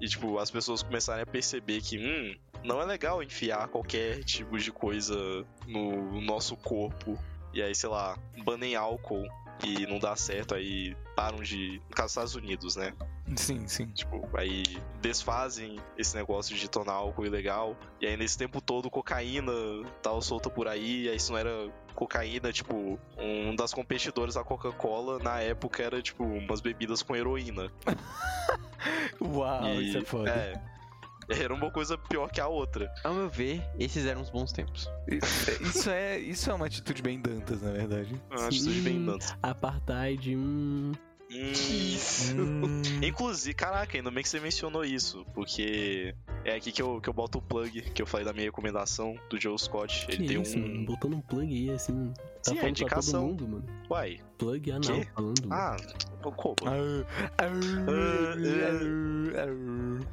Speaker 1: E, tipo, as pessoas começarem a perceber que, hum, não é legal enfiar qualquer tipo de coisa no nosso corpo. E aí, sei lá, banem álcool e não dá certo, aí param de. No caso dos Estados Unidos, né?
Speaker 3: Sim, sim.
Speaker 1: Tipo, aí desfazem esse negócio de tornar álcool ilegal. E aí, nesse tempo todo, cocaína tal solta por aí. E aí, isso não era cocaína, tipo, um das competidoras da Coca-Cola na época era, tipo, umas bebidas com heroína.
Speaker 3: Uau,
Speaker 1: E-
Speaker 3: isso é foda.
Speaker 1: É. Era uma coisa pior que a outra.
Speaker 2: Ao meu ver, esses eram os bons tempos.
Speaker 3: Isso é, isso é uma atitude bem dantas, na verdade.
Speaker 1: É uma atitude bem
Speaker 4: Sim.
Speaker 1: dança.
Speaker 4: Apartheid, hum.
Speaker 1: Hum. Inclusive, caraca, ainda bem que você mencionou isso, porque é aqui que eu, que eu boto o plug que eu falei da minha recomendação do Joe Scott. Ele
Speaker 4: que
Speaker 1: tem
Speaker 4: isso, mano?
Speaker 1: um.
Speaker 4: Botando um plug aí, assim. Tá
Speaker 1: Sim, é
Speaker 4: falando
Speaker 1: indicação.
Speaker 4: pra todo mundo, mano.
Speaker 1: Uai.
Speaker 4: Plug anal,
Speaker 1: Que?
Speaker 4: falando. mano.
Speaker 1: Ah, o Koba. Ah, é.
Speaker 3: Inclusive.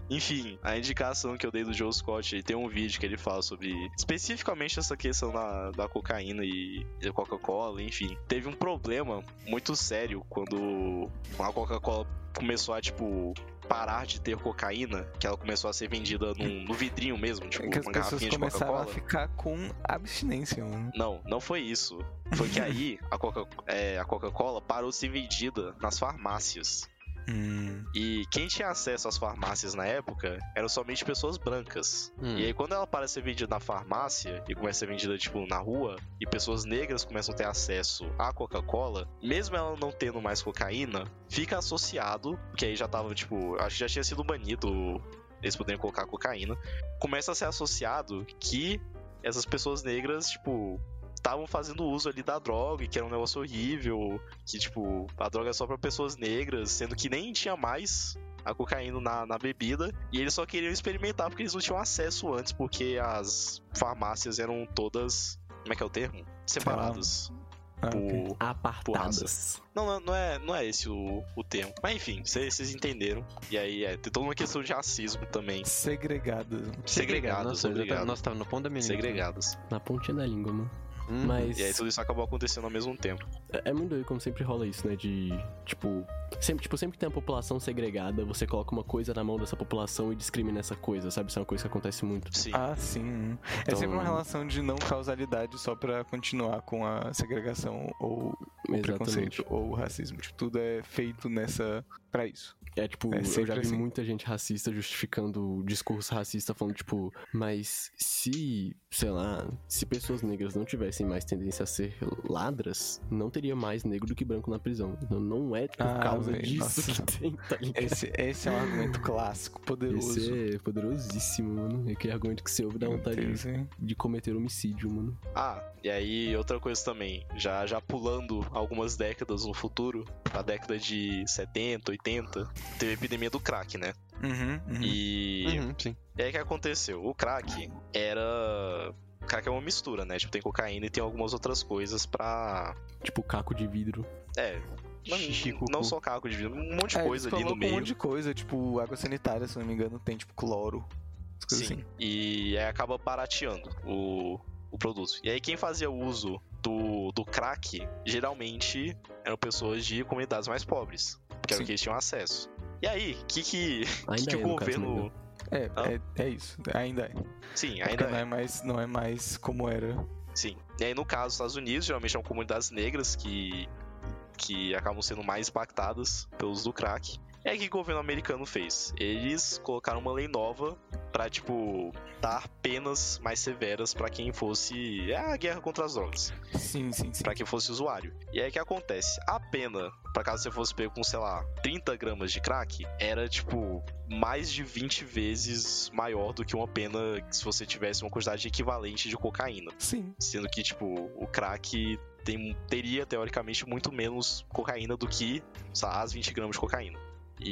Speaker 1: Enfim, a indicação que eu dei do Joe Scott, ele tem um vídeo que ele fala sobre especificamente essa questão da, da cocaína e e Coca-Cola, enfim. Teve um problema muito sério quando a Coca-Cola começou a, tipo, parar de ter cocaína, que ela começou a ser vendida num, no vidrinho mesmo, tipo,
Speaker 3: É que as
Speaker 1: uma
Speaker 3: pessoas
Speaker 1: garrafinha de
Speaker 3: começaram a
Speaker 1: Coca-Cola.
Speaker 3: ficar com abstinência, mano.
Speaker 1: Não, não foi isso. Foi que aí a Coca- é, a Coca-Cola parou de ser vendida nas farmácias.
Speaker 3: Hum.
Speaker 1: E quem tinha acesso às farmácias na época eram somente pessoas brancas.
Speaker 2: Hum.
Speaker 1: E aí, quando ela para de ser vendida na farmácia e começa a ser vendida, tipo, na rua, e pessoas negras começam a ter acesso à Coca-Cola, mesmo ela não tendo mais cocaína, fica associado, que aí já tava, tipo, acho que já tinha sido banido eles poderem colocar cocaína, começa a ser associado que essas pessoas negras, tipo, estavam fazendo uso ali da droga, e que era um negócio horrível, que, tipo, a droga é só pra pessoas negras, sendo que nem tinha mais a cocaína na, na bebida, e eles só queriam experimentar porque eles não tinham acesso antes, porque as farmácias eram todas, como é que é o termo? Separadas.
Speaker 3: Ah, ok.
Speaker 1: Por...
Speaker 4: Apartadas.
Speaker 1: Não, não, não é, não é esse o, o termo. Mas enfim, vocês vocês entenderam. E aí, é, tem toda uma questão de racismo também.
Speaker 3: Segregado.
Speaker 1: Segregados,
Speaker 2: Hum. Nossa, eu já tava,
Speaker 1: obrigado.
Speaker 2: nossa, tava no ponto da minha língua.
Speaker 1: Segregadas.
Speaker 4: Na pontinha da língua, mano.
Speaker 2: Hum,
Speaker 4: Mas
Speaker 1: Uhum. E aí tudo isso acabou acontecendo ao mesmo tempo.
Speaker 4: é é muito doido como sempre rola isso, né? De, tipo... Sempre, tipo, sempre que tem uma população segregada, você coloca uma coisa na mão dessa população e discrimina essa coisa, sabe? Isso é uma coisa que acontece muito.
Speaker 1: Sim.
Speaker 3: Ah, sim. É
Speaker 4: Então-
Speaker 3: sempre uma relação de não causalidade só pra continuar com a segregação ou o preconceito ou o racismo. Tipo, tudo é feito nessa. pra isso.
Speaker 4: É tipo,
Speaker 3: É
Speaker 4: eu já
Speaker 3: sempre
Speaker 4: vi
Speaker 3: assim.
Speaker 4: muita gente racista justificando o discurso racista, falando, tipo, mas se, sei lá, se pessoas negras não tivessem mais tendência a ser ladras, não teria mais negro do que branco na prisão. Então não é por
Speaker 3: Ah,
Speaker 4: causa
Speaker 3: véi,
Speaker 4: disso
Speaker 3: nossa.
Speaker 4: que tem, tá ligado?
Speaker 3: Esse, esse é um argumento clássico, poderoso.
Speaker 4: Esse é tá poderosíssimo, mano. É aquele argumento que você ouve dá
Speaker 3: Meu
Speaker 4: vontade
Speaker 3: Deus, hein?
Speaker 4: de cometer homicídio, mano.
Speaker 1: Ah, e aí outra coisa também, já já pulando algumas décadas no futuro, na década de 70, 80, teve a epidemia do crack, né?
Speaker 3: Uhum, uhum.
Speaker 1: E
Speaker 2: Uhum, sim.
Speaker 1: e aí o que aconteceu? O crack era o crack é uma mistura, né? Tipo, tem cocaína e tem algumas outras coisas pra.
Speaker 4: Tipo, caco de vidro.
Speaker 1: É. Não,
Speaker 2: Xixi, cucu.
Speaker 1: não só caco de vidro, um monte de
Speaker 3: É,
Speaker 1: coisa
Speaker 3: eles
Speaker 1: ali no
Speaker 3: colocam
Speaker 1: meio.
Speaker 3: Um monte de coisa, tipo água sanitária, se não me engano, tem tipo cloro. As coisas
Speaker 1: Sim.
Speaker 3: assim.
Speaker 1: E aí acaba barateando o, o produto. E aí quem fazia uso do, do crack, geralmente eram pessoas de comunidades mais pobres, porque era
Speaker 3: Sim.
Speaker 1: o que eles tinham acesso. E aí, o que que, que,
Speaker 4: Ainda
Speaker 1: que
Speaker 4: é,
Speaker 1: Tipo o
Speaker 4: no caso, né?
Speaker 1: governo...
Speaker 3: É,
Speaker 1: Ah.
Speaker 3: é, é isso. Ainda é.
Speaker 1: Sim,
Speaker 3: Porque
Speaker 1: ainda
Speaker 3: não
Speaker 1: é.
Speaker 3: é mais, não é mais como era.
Speaker 1: Sim. E aí no caso dos Estados Unidos, geralmente são comunidades negras que, que acabam sendo mais impactadas pelo uso do crack. E aí o que o governo americano fez? Eles colocaram uma lei nova pra, tipo, dar penas mais severas pra quem fosse... É a guerra contra as drogas.
Speaker 3: Sim, sim, sim.
Speaker 1: Pra quem fosse usuário. E aí o que acontece? A pena, pra caso você fosse pego com, sei lá, 30 gramas de crack, era tipo mais de 20 vezes maior do que uma pena se você tivesse uma quantidade equivalente de cocaína.
Speaker 3: Sim.
Speaker 1: Sendo que, tipo, o crack tem- teria, teoricamente, muito menos cocaína do que, sei lá, as 20 gramas de cocaína.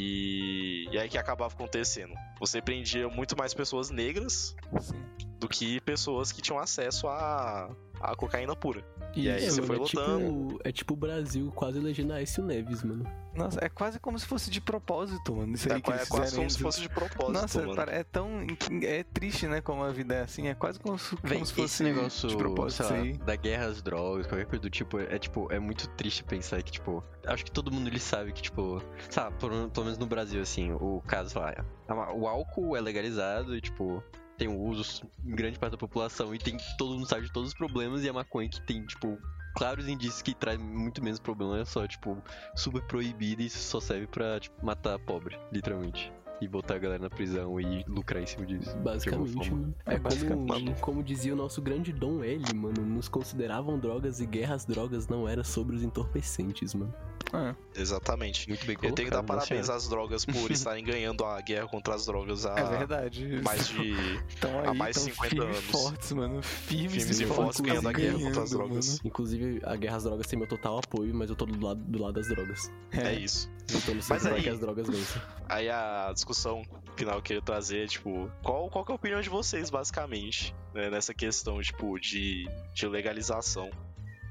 Speaker 1: E, e aí o que acabava acontecendo? Você prendia muito mais pessoas negras
Speaker 3: sim.
Speaker 1: do que pessoas que tinham acesso à, à cocaína pura. E aí
Speaker 4: É,
Speaker 1: você
Speaker 4: mano,
Speaker 1: foi
Speaker 4: é
Speaker 1: lotando.
Speaker 4: tipo, é tipo o Brasil quase elegendo Aécio Neves, mano.
Speaker 3: Nossa, é quase como se fosse de propósito, mano. Isso aí
Speaker 1: É
Speaker 3: que
Speaker 1: quase,
Speaker 3: eles
Speaker 1: é quase
Speaker 3: fizeram
Speaker 1: como se
Speaker 3: isso.
Speaker 1: fosse de propósito,
Speaker 3: Nossa,
Speaker 1: mano.
Speaker 3: pare- é tão. É triste, né? Como a vida é assim. É quase como, se- como
Speaker 2: Véi,
Speaker 3: se fosse
Speaker 2: esse negócio
Speaker 3: de propósito
Speaker 2: sei lá,
Speaker 3: isso aí.
Speaker 2: da guerra às drogas, qualquer coisa do tipo, é tipo, é muito triste pensar que, tipo, acho que todo mundo ele sabe que, tipo, sabe, pelo, pelo menos no Brasil, assim, o caso sei lá, a- o álcool é legalizado e, tipo, tem o uso em grande parte da população e tem todo mundo sabe de todos os problemas e a maconha que tem, tipo, claros indícios que traz muito menos problema, é só, tipo, super proibida e isso só serve pra, tipo, matar pobre, literalmente. E botar a galera na prisão e lucrar em cima disso.
Speaker 4: Basicamente,
Speaker 2: forma.
Speaker 4: mano.
Speaker 3: É,
Speaker 4: É como,
Speaker 3: basicamente.
Speaker 4: mano, como dizia o nosso grande Dom L, mano, nos consideravam drogas e guerras drogas não era sobre os entorpecentes, mano.
Speaker 3: Ah,
Speaker 1: Exatamente.
Speaker 2: Muito bem colocado.
Speaker 1: Eu tenho que dar
Speaker 2: né,
Speaker 1: parabéns
Speaker 2: senhora?
Speaker 1: às drogas por estarem ganhando a guerra contra as drogas há
Speaker 3: é verdade.
Speaker 1: mais de.
Speaker 3: Estão aí,
Speaker 1: há mais de
Speaker 3: tão
Speaker 1: 50
Speaker 3: firmes
Speaker 1: anos.
Speaker 3: e fortes, mano. Firmes,
Speaker 1: Firmes
Speaker 3: e
Speaker 1: e fortes
Speaker 3: ganhando
Speaker 1: ganhando a guerra contra as
Speaker 3: ganhando,
Speaker 1: drogas.
Speaker 4: Inclusive, a guerra às drogas tem meu total apoio, mas eu tô do lado, do lado das drogas.
Speaker 3: mano.
Speaker 1: É
Speaker 3: É.
Speaker 1: isso.
Speaker 4: Lutando sempre pra
Speaker 1: aí-
Speaker 4: que as drogas vençam.
Speaker 1: Aí a discussão final que eu queria trazer é, tipo, qual, qual que é a opinião de vocês, basicamente, né, nessa questão, tipo, de, de legalização.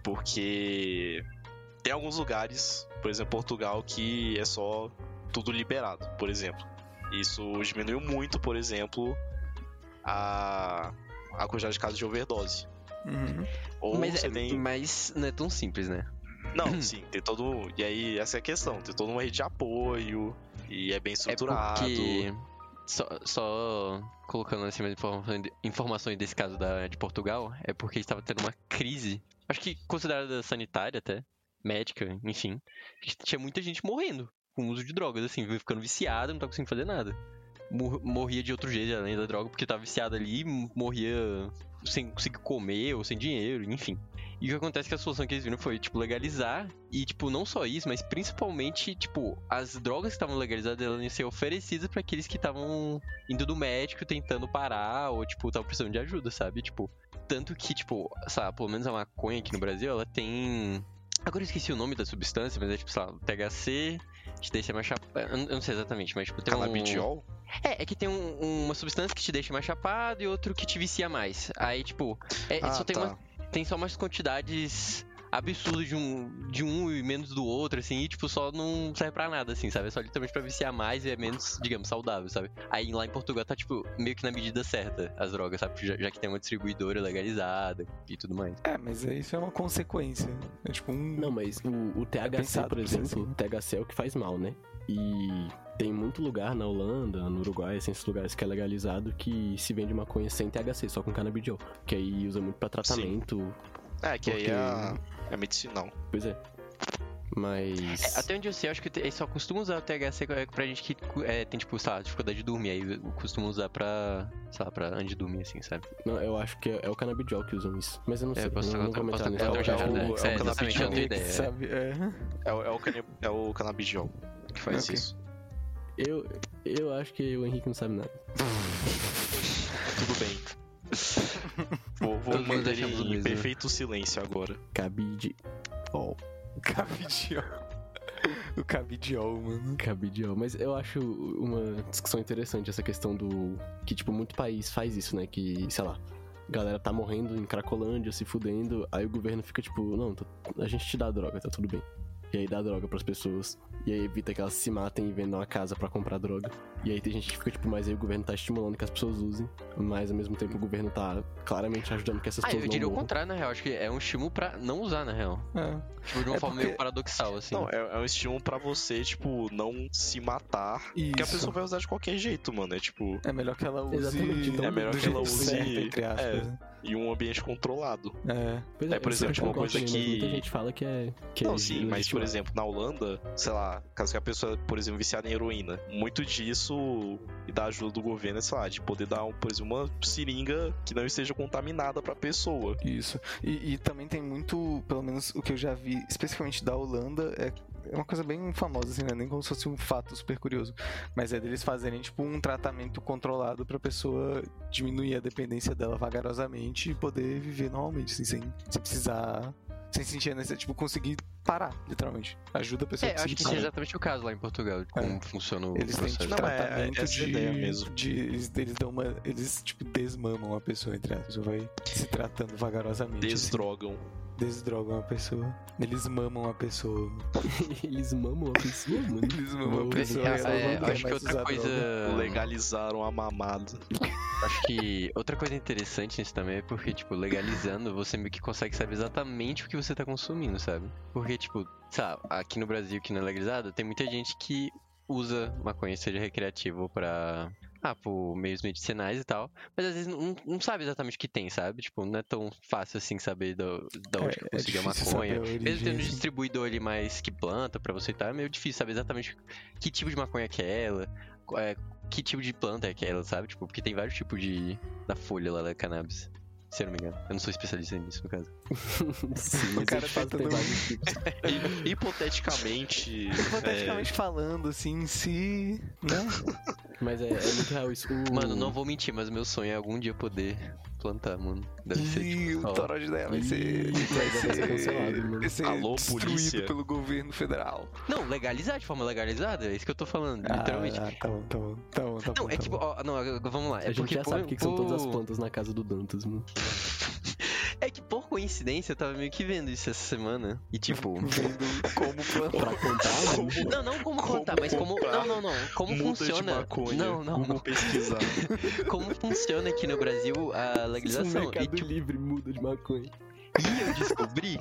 Speaker 1: Porque tem alguns lugares, por exemplo, Portugal, que é só tudo liberado, por exemplo. Isso diminuiu muito, por exemplo, a, a quantidade de casos de overdose.
Speaker 3: Uhum.
Speaker 1: Ou
Speaker 2: Mas,
Speaker 1: você
Speaker 2: é,
Speaker 1: tem.
Speaker 2: mas não é tão simples, né?
Speaker 1: Não, sim, tem todo. E aí, essa é a questão. Tem toda uma rede de apoio. E é bem estruturado.
Speaker 2: É porque... Só, só colocando assim mais informa- informações desse caso da, de Portugal, é porque estava tendo uma crise, acho que considerada sanitária até, médica, enfim, que tinha muita gente morrendo com o uso de drogas, assim, fui ficando viciado, não tava conseguindo fazer nada. Mor- Morria de outro jeito, além da droga, porque tava viciado ali, morria sem conseguir comer ou sem dinheiro, enfim. E o que acontece é que a solução que eles viram foi, tipo, legalizar. E, tipo, não só isso, mas principalmente, tipo, as drogas que estavam legalizadas elas iam ser oferecidas pra aqueles que estavam indo do médico tentando parar ou, tipo, estavam precisando de ajuda, sabe? Tipo, tanto que, tipo, sabe, pelo menos a maconha aqui no Brasil, ela tem. Agora eu esqueci o nome da substância, mas é tipo, sei lá, THC, te deixa é mais chapado. Eu não sei exatamente, mas tipo, tem um.
Speaker 1: Canabidiol?
Speaker 2: É, é que tem um- uma substância que te deixa mais chapado e outro que te vicia mais. Aí, tipo, é,
Speaker 1: Ah,
Speaker 2: só tem
Speaker 1: tá.
Speaker 2: uma tem só umas quantidades absurdas de um, de um e menos do outro, assim, e tipo, só não serve pra nada, assim, sabe? É só literalmente pra viciar mais e é menos, digamos, saudável, sabe? Aí lá em Portugal tá, tipo, meio que na medida certa as drogas, sabe? Já, já que tem uma distribuidora legalizada e tudo mais.
Speaker 3: É, mas isso é uma consequência. É tipo um.
Speaker 4: Não, mas o, o THC,
Speaker 3: pensado
Speaker 4: por
Speaker 3: pra ser assim.
Speaker 4: exemplo, o THC é o que faz mal, né? E tem muito lugar na Holanda, no Uruguai, assim, esses lugares que é legalizado que se vende maconha sem THC, só com canabidiol. Que aí usa muito pra tratamento.
Speaker 1: É, que aí
Speaker 4: Porque-
Speaker 1: é, é medicinal.
Speaker 4: Pois é. Mas.
Speaker 2: É, até onde eu sei, eu acho que te- eles só costumam usar o THC pra gente que é, tem, tipo, sei lá, dificuldade de dormir, aí costumam usar pra, sei lá, pra antes de dormir, assim, sabe?
Speaker 4: Não, eu acho que é, é o canabidiol que usam isso. Mas eu não
Speaker 2: É,
Speaker 4: sei,
Speaker 2: eu posso
Speaker 4: não, não
Speaker 2: estar-
Speaker 4: vou
Speaker 2: eu posso
Speaker 4: entrar
Speaker 2: estar-
Speaker 4: nisso.
Speaker 2: eu tô
Speaker 4: agora.
Speaker 1: é
Speaker 2: já-
Speaker 1: o-
Speaker 2: é,
Speaker 1: é o
Speaker 2: exatamente, eu não
Speaker 1: canabidiol.
Speaker 2: tenho ideia. é.
Speaker 3: Sabe? É.
Speaker 1: É, o- é o, cani- é o canabidiol que faz
Speaker 3: Ok.
Speaker 1: isso.
Speaker 4: É,
Speaker 2: É.
Speaker 4: Eu, eu acho que o Henrique não sabe nada.
Speaker 1: Tudo bem. Vou, vou
Speaker 2: Todos nós
Speaker 1: manter
Speaker 2: achamos o
Speaker 1: em
Speaker 2: mesmo.
Speaker 1: perfeito silêncio agora.
Speaker 4: Cabide. Ó,
Speaker 3: Cabidiol. O cabidiol, mano.
Speaker 4: Cabidiol, mas eu acho uma discussão interessante essa questão do. Que, tipo, muito país faz isso, né? Que, sei lá, a galera tá morrendo em Cracolândia, se fudendo, aí o governo fica tipo, não, tá- a gente te dá droga, tá tudo bem. E aí dá droga pras pessoas. E aí evita que elas se matem e vendam a casa pra comprar droga. E aí tem gente que fica tipo, mas aí o governo tá estimulando que as pessoas usem, mas ao mesmo tempo o governo tá claramente ajudando que essas
Speaker 2: Ah,
Speaker 4: pessoas
Speaker 2: eu diria
Speaker 4: não
Speaker 2: o
Speaker 4: morram.
Speaker 2: contrário, na real. Acho que é um estímulo pra não usar, na real.
Speaker 3: É.
Speaker 2: Tipo, de uma
Speaker 3: É
Speaker 2: forma
Speaker 3: porque-
Speaker 2: meio paradoxal, assim.
Speaker 1: Não, é, é um estímulo pra você, tipo, não se matar. Porque a
Speaker 3: Isso.
Speaker 1: pessoa vai usar de qualquer jeito, mano. É tipo,
Speaker 3: É melhor que ela use.
Speaker 4: Exatamente, então,
Speaker 1: É melhor
Speaker 3: do
Speaker 1: que ela
Speaker 3: jeito
Speaker 1: use-
Speaker 3: certo, entre aspas.
Speaker 1: em um ambiente controlado.
Speaker 3: É.
Speaker 4: Pois
Speaker 1: É, por
Speaker 4: eu
Speaker 1: exemplo,
Speaker 4: sei,
Speaker 1: tipo, uma
Speaker 4: concordo,
Speaker 1: coisa
Speaker 4: mas
Speaker 1: que-
Speaker 4: Muita gente fala que é. Que
Speaker 1: não,
Speaker 4: é
Speaker 1: sim, mas por
Speaker 4: legitimado.
Speaker 1: exemplo, na Holanda, sei lá, caso que a pessoa, por exemplo, viciada em heroína, muito disso e da ajuda do governo é, sei lá, de poder dar, um, por exemplo, uma seringa que não esteja contaminada pra pessoa.
Speaker 3: Isso. E, e também tem muito, pelo menos o que eu já vi, especificamente da Holanda, é, é uma coisa bem famosa, assim, né? Nem como se fosse um fato super curioso. Mas é deles fazerem, tipo, um tratamento controlado pra pessoa diminuir a dependência dela vagarosamente e poder viver normalmente, assim, sem, sem precisar. Sem sentir a necessidade, tipo, conseguir parar, literalmente. Ajuda a pessoa
Speaker 2: É,
Speaker 3: a
Speaker 2: eu acho
Speaker 3: conseguir
Speaker 2: que isso é
Speaker 3: parar.
Speaker 2: exatamente o caso lá em Portugal, de como funciona o
Speaker 3: Eles têm
Speaker 2: processo.
Speaker 3: tipo,
Speaker 1: Não, é- é- essa
Speaker 3: tratamento
Speaker 1: é a
Speaker 3: de,
Speaker 1: ideia mesmo.
Speaker 3: de- eles, eles dão uma. Eles, tipo, desmamam a pessoa, entre aspas. Ou vai se tratando vagarosamente. assim.
Speaker 1: Desdrogam.
Speaker 3: Desdrogam a pessoa. Eles mamam a pessoa.
Speaker 4: Eles mamam né? a pessoa, mano.
Speaker 3: Eles mamam a
Speaker 4: Não,
Speaker 3: pessoa.
Speaker 4: é,
Speaker 3: e ela
Speaker 2: é,
Speaker 3: não
Speaker 2: eu
Speaker 3: quer
Speaker 2: acho que
Speaker 3: mais
Speaker 2: outra
Speaker 3: usar
Speaker 2: coisa.
Speaker 3: droga.
Speaker 1: É. Legalizaram a mamada.
Speaker 2: Acho que outra coisa interessante nisso também é porque, tipo, legalizando, você meio que consegue saber exatamente o que você tá consumindo, sabe? Porque, tipo, sabe, aqui no Brasil, que não é legalizado, tem muita gente que usa maconha, seja recreativo pra. Ah, por meios medicinais e tal. Mas às vezes não, não sabe exatamente o que tem, sabe? Tipo, não é tão fácil assim saber do, da onde que
Speaker 3: É, é
Speaker 2: conseguiu a
Speaker 3: difícil saber
Speaker 2: maconha.
Speaker 3: a origem,
Speaker 2: Mesmo tendo um
Speaker 3: assim.
Speaker 2: distribuidor ali mais que planta pra você e tal, é meio difícil saber exatamente que tipo de maconha é aquela, qu- é, que tipo de planta é aquela, sabe? Tipo, porque tem vários tipos de. da folha lá da cannabis. Se eu não me engano. Eu não sou especialista nisso, no caso.
Speaker 4: Sim, mas
Speaker 3: O cara
Speaker 4: eles fazem
Speaker 3: tentando-
Speaker 4: ter vários tipos.
Speaker 1: E- hipoteticamente. é,
Speaker 3: Hipoteticamente falando, assim, se. Né?
Speaker 4: Mas é, é muito real isso. O-
Speaker 2: Mano, não vou mentir, mas meu sonho é algum dia poder plantar, mano. Deve ser
Speaker 3: Ih,
Speaker 2: tipo.
Speaker 3: o
Speaker 2: só-
Speaker 3: toró de dela vai ser. né?
Speaker 4: Ih,
Speaker 3: Vai
Speaker 4: vai ser cancelado,
Speaker 3: ser.
Speaker 4: mano.
Speaker 3: Vai ser
Speaker 1: Alô,
Speaker 3: destruído
Speaker 1: polícia.
Speaker 3: pelo governo federal.
Speaker 2: Não, legalizar de forma legalizada, é isso que eu tô falando, literalmente.
Speaker 3: Ah, tá bom, tá bom. Tá bom, tá bom.
Speaker 2: Não, é
Speaker 3: tá
Speaker 2: tipo,
Speaker 3: bom.
Speaker 2: ó, não, agora vamos lá.
Speaker 4: A
Speaker 2: é
Speaker 4: gente
Speaker 2: porque
Speaker 4: já sabe o
Speaker 2: por-
Speaker 4: que, que são todas as
Speaker 2: por-
Speaker 4: plantas na casa do Dantas, mano.
Speaker 2: É que por coincidência eu tava meio que vendo isso essa semana. E tipo.
Speaker 3: Vendo como plantar.
Speaker 4: Pra comprar, mano.
Speaker 2: Não, não como
Speaker 1: Como
Speaker 2: contar, mas como.
Speaker 1: comprar
Speaker 2: Não, não, não. Como
Speaker 1: Muda
Speaker 2: funciona.
Speaker 1: de maconha.
Speaker 2: Não, não,
Speaker 1: Google
Speaker 2: não.
Speaker 1: pesquisar.
Speaker 2: Como funciona aqui no Brasil a
Speaker 4: Isso é um
Speaker 2: legalização. E,
Speaker 4: mercado
Speaker 2: tipo,
Speaker 4: livre muda de maconha.
Speaker 2: e eu descobri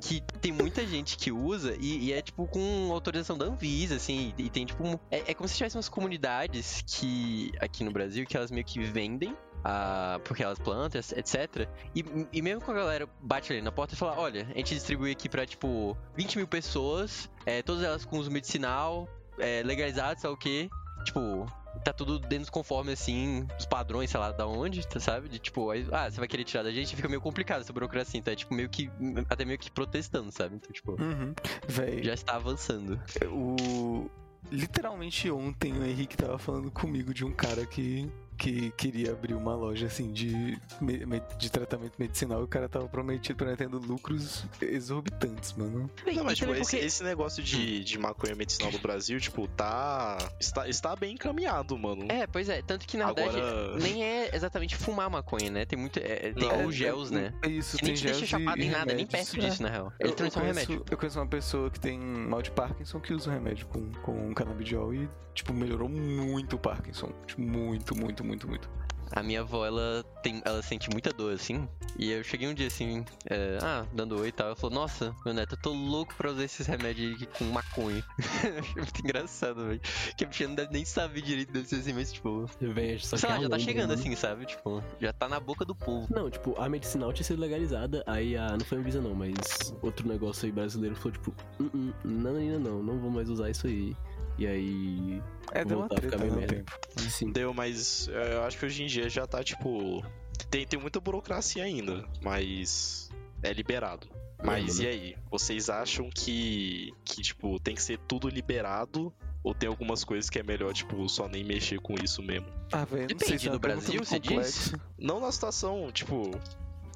Speaker 2: que tem muita gente que usa e, e é tipo com autorização da Anvisa, assim. E tem tipo. um- É, é como se tivesse umas comunidades que. aqui no Brasil, que elas meio que vendem. ah, porque elas plantam, etc. E, e mesmo que a galera bate ali na porta e fala, olha, a gente distribui aqui pra, tipo, 20 mil pessoas, é, todas elas com uso medicinal, é, legalizados, sei lá o quê. Tipo, tá tudo dentro dos conformes, assim, os padrões, sei lá, da onde, tá, sabe? De, tipo, aí, ah, você vai querer tirar da gente, fica meio complicado essa burocracia, então é tipo meio que, até meio que protestando, sabe? Então, tipo,
Speaker 3: Uhum. Véi,
Speaker 2: já está avançando.
Speaker 3: o literalmente ontem o Henrique tava falando comigo de um cara que que queria abrir uma loja assim de me- me- de tratamento medicinal e o cara tava prometido prometendo lucros exorbitantes, mano.
Speaker 1: Não, mas,
Speaker 2: E
Speaker 1: tipo,
Speaker 2: também
Speaker 1: esse, esse negócio de, de maconha medicinal no Brasil, tipo, tá. Está, está bem encaminhado, mano.
Speaker 2: É, pois é, tanto que na verdade
Speaker 1: Agora.
Speaker 2: nem é exatamente fumar maconha, né? Tem muito. é- é- tem
Speaker 1: Não.
Speaker 2: os gels, né?
Speaker 3: É Isso,
Speaker 2: Que
Speaker 3: tem
Speaker 2: nem te deixa
Speaker 3: gels
Speaker 2: chapado
Speaker 3: e-
Speaker 2: em
Speaker 3: e
Speaker 2: nada, nem
Speaker 3: remédios.
Speaker 2: perto né? disso, na real.
Speaker 3: Eu,
Speaker 2: Ele
Speaker 3: eu,
Speaker 2: transforma em
Speaker 3: conheço,
Speaker 2: remédio.
Speaker 3: eu conheço uma pessoa que tem mal de Parkinson que usa um remédio com, com canabidiol e, tipo, melhorou muito o Parkinson. Tipo, muito, muito, muito, muito.
Speaker 2: A minha avó, ela, tem, ela sente muita dor, assim. E eu cheguei um dia, assim, é, ah, dando oi e tal. Ela falou, nossa, meu neto, eu tô louco pra usar esses remédios aí com maconha. Eu Achei muito engraçado, velho. Que a bicha não deve nem saber direito desse assim, mas, tipo...
Speaker 4: Véi, só
Speaker 2: sei
Speaker 4: que
Speaker 2: lá, já tá
Speaker 4: além,
Speaker 2: chegando,
Speaker 4: né?
Speaker 2: assim, sabe? Tipo, já tá na boca do povo.
Speaker 4: Não, tipo, a medicinal tinha sido legalizada, aí a. Não foi a Anvisa, não, mas outro negócio aí brasileiro falou, tipo, "Hum, hum, não, não, não, não vou mais usar isso aí. E aí.
Speaker 3: É, deu uma
Speaker 4: Voltar a
Speaker 3: treta
Speaker 4: ficar meio
Speaker 3: no
Speaker 4: merda.
Speaker 3: tempo.
Speaker 4: Sim.
Speaker 1: Entendeu? Mas é, eu acho que hoje em dia já tá, tipo. Tem, tem muita burocracia ainda, mas é liberado. Mas
Speaker 4: Uhum.
Speaker 1: e aí? Vocês acham que, que, tipo, tem que ser tudo liberado? Ou tem algumas coisas que é melhor, tipo, só nem mexer com isso mesmo?
Speaker 3: Ah, velho, não sei
Speaker 2: Depende
Speaker 3: se é uma
Speaker 2: do
Speaker 3: pergunta
Speaker 2: Brasil,
Speaker 3: muito
Speaker 2: você diz?
Speaker 3: complexa.
Speaker 1: Não na situação, tipo.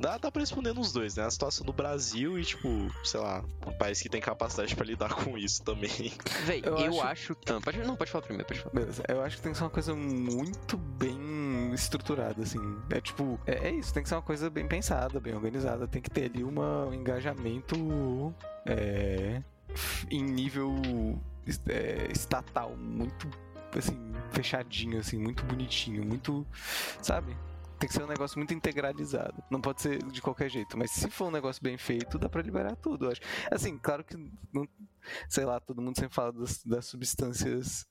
Speaker 1: Dá, dá pra responder nos dois, né? A situação do Brasil e, tipo, sei lá, um país que tem capacidade pra lidar com isso também.
Speaker 2: Véi, eu,
Speaker 3: Eu
Speaker 2: acho... Ah, pode, não, pode falar primeiro, pode falar.
Speaker 3: Beleza, eu acho que tem que ser uma coisa muito bem estruturada, assim. É tipo, é, é isso, tem que ser uma coisa bem pensada, bem organizada, tem que ter ali uma, um engajamento é, em nível es- é, estatal, muito assim, fechadinho, assim, muito bonitinho, muito. Sabe? Tem que ser um negócio muito integralizado. Não pode ser de qualquer jeito, mas se for um negócio bem feito, dá pra liberar tudo, eu acho. Assim, claro que, não, sei lá, todo mundo sempre fala das- das substâncias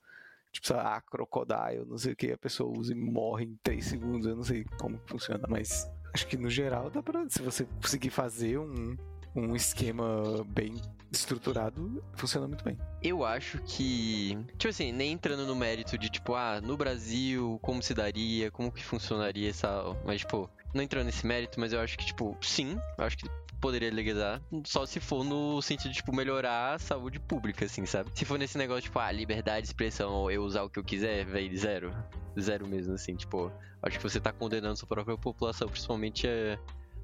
Speaker 3: tipo, sei lá, ah, crocodile, não sei o que, a pessoa usa e morre em 3 segundos, eu não sei como funciona, mas acho que no geral dá pra. Se você conseguir fazer um, um esquema bem estruturado, funciona muito bem.
Speaker 2: Eu acho que. Tipo assim, nem entrando no mérito de tipo, ah, no Brasil, como se daria, como que funcionaria essa. Mas, tipo, não entrando nesse mérito, mas eu acho que, tipo, sim, eu acho que poderia legalizar. Só se for no sentido de, tipo, melhorar a saúde pública, assim, sabe? Se for nesse negócio, tipo, ah, liberdade de expressão, eu usar o que eu quiser, velho, zero. Zero mesmo, assim, tipo, acho que você tá condenando sua própria população, principalmente eh,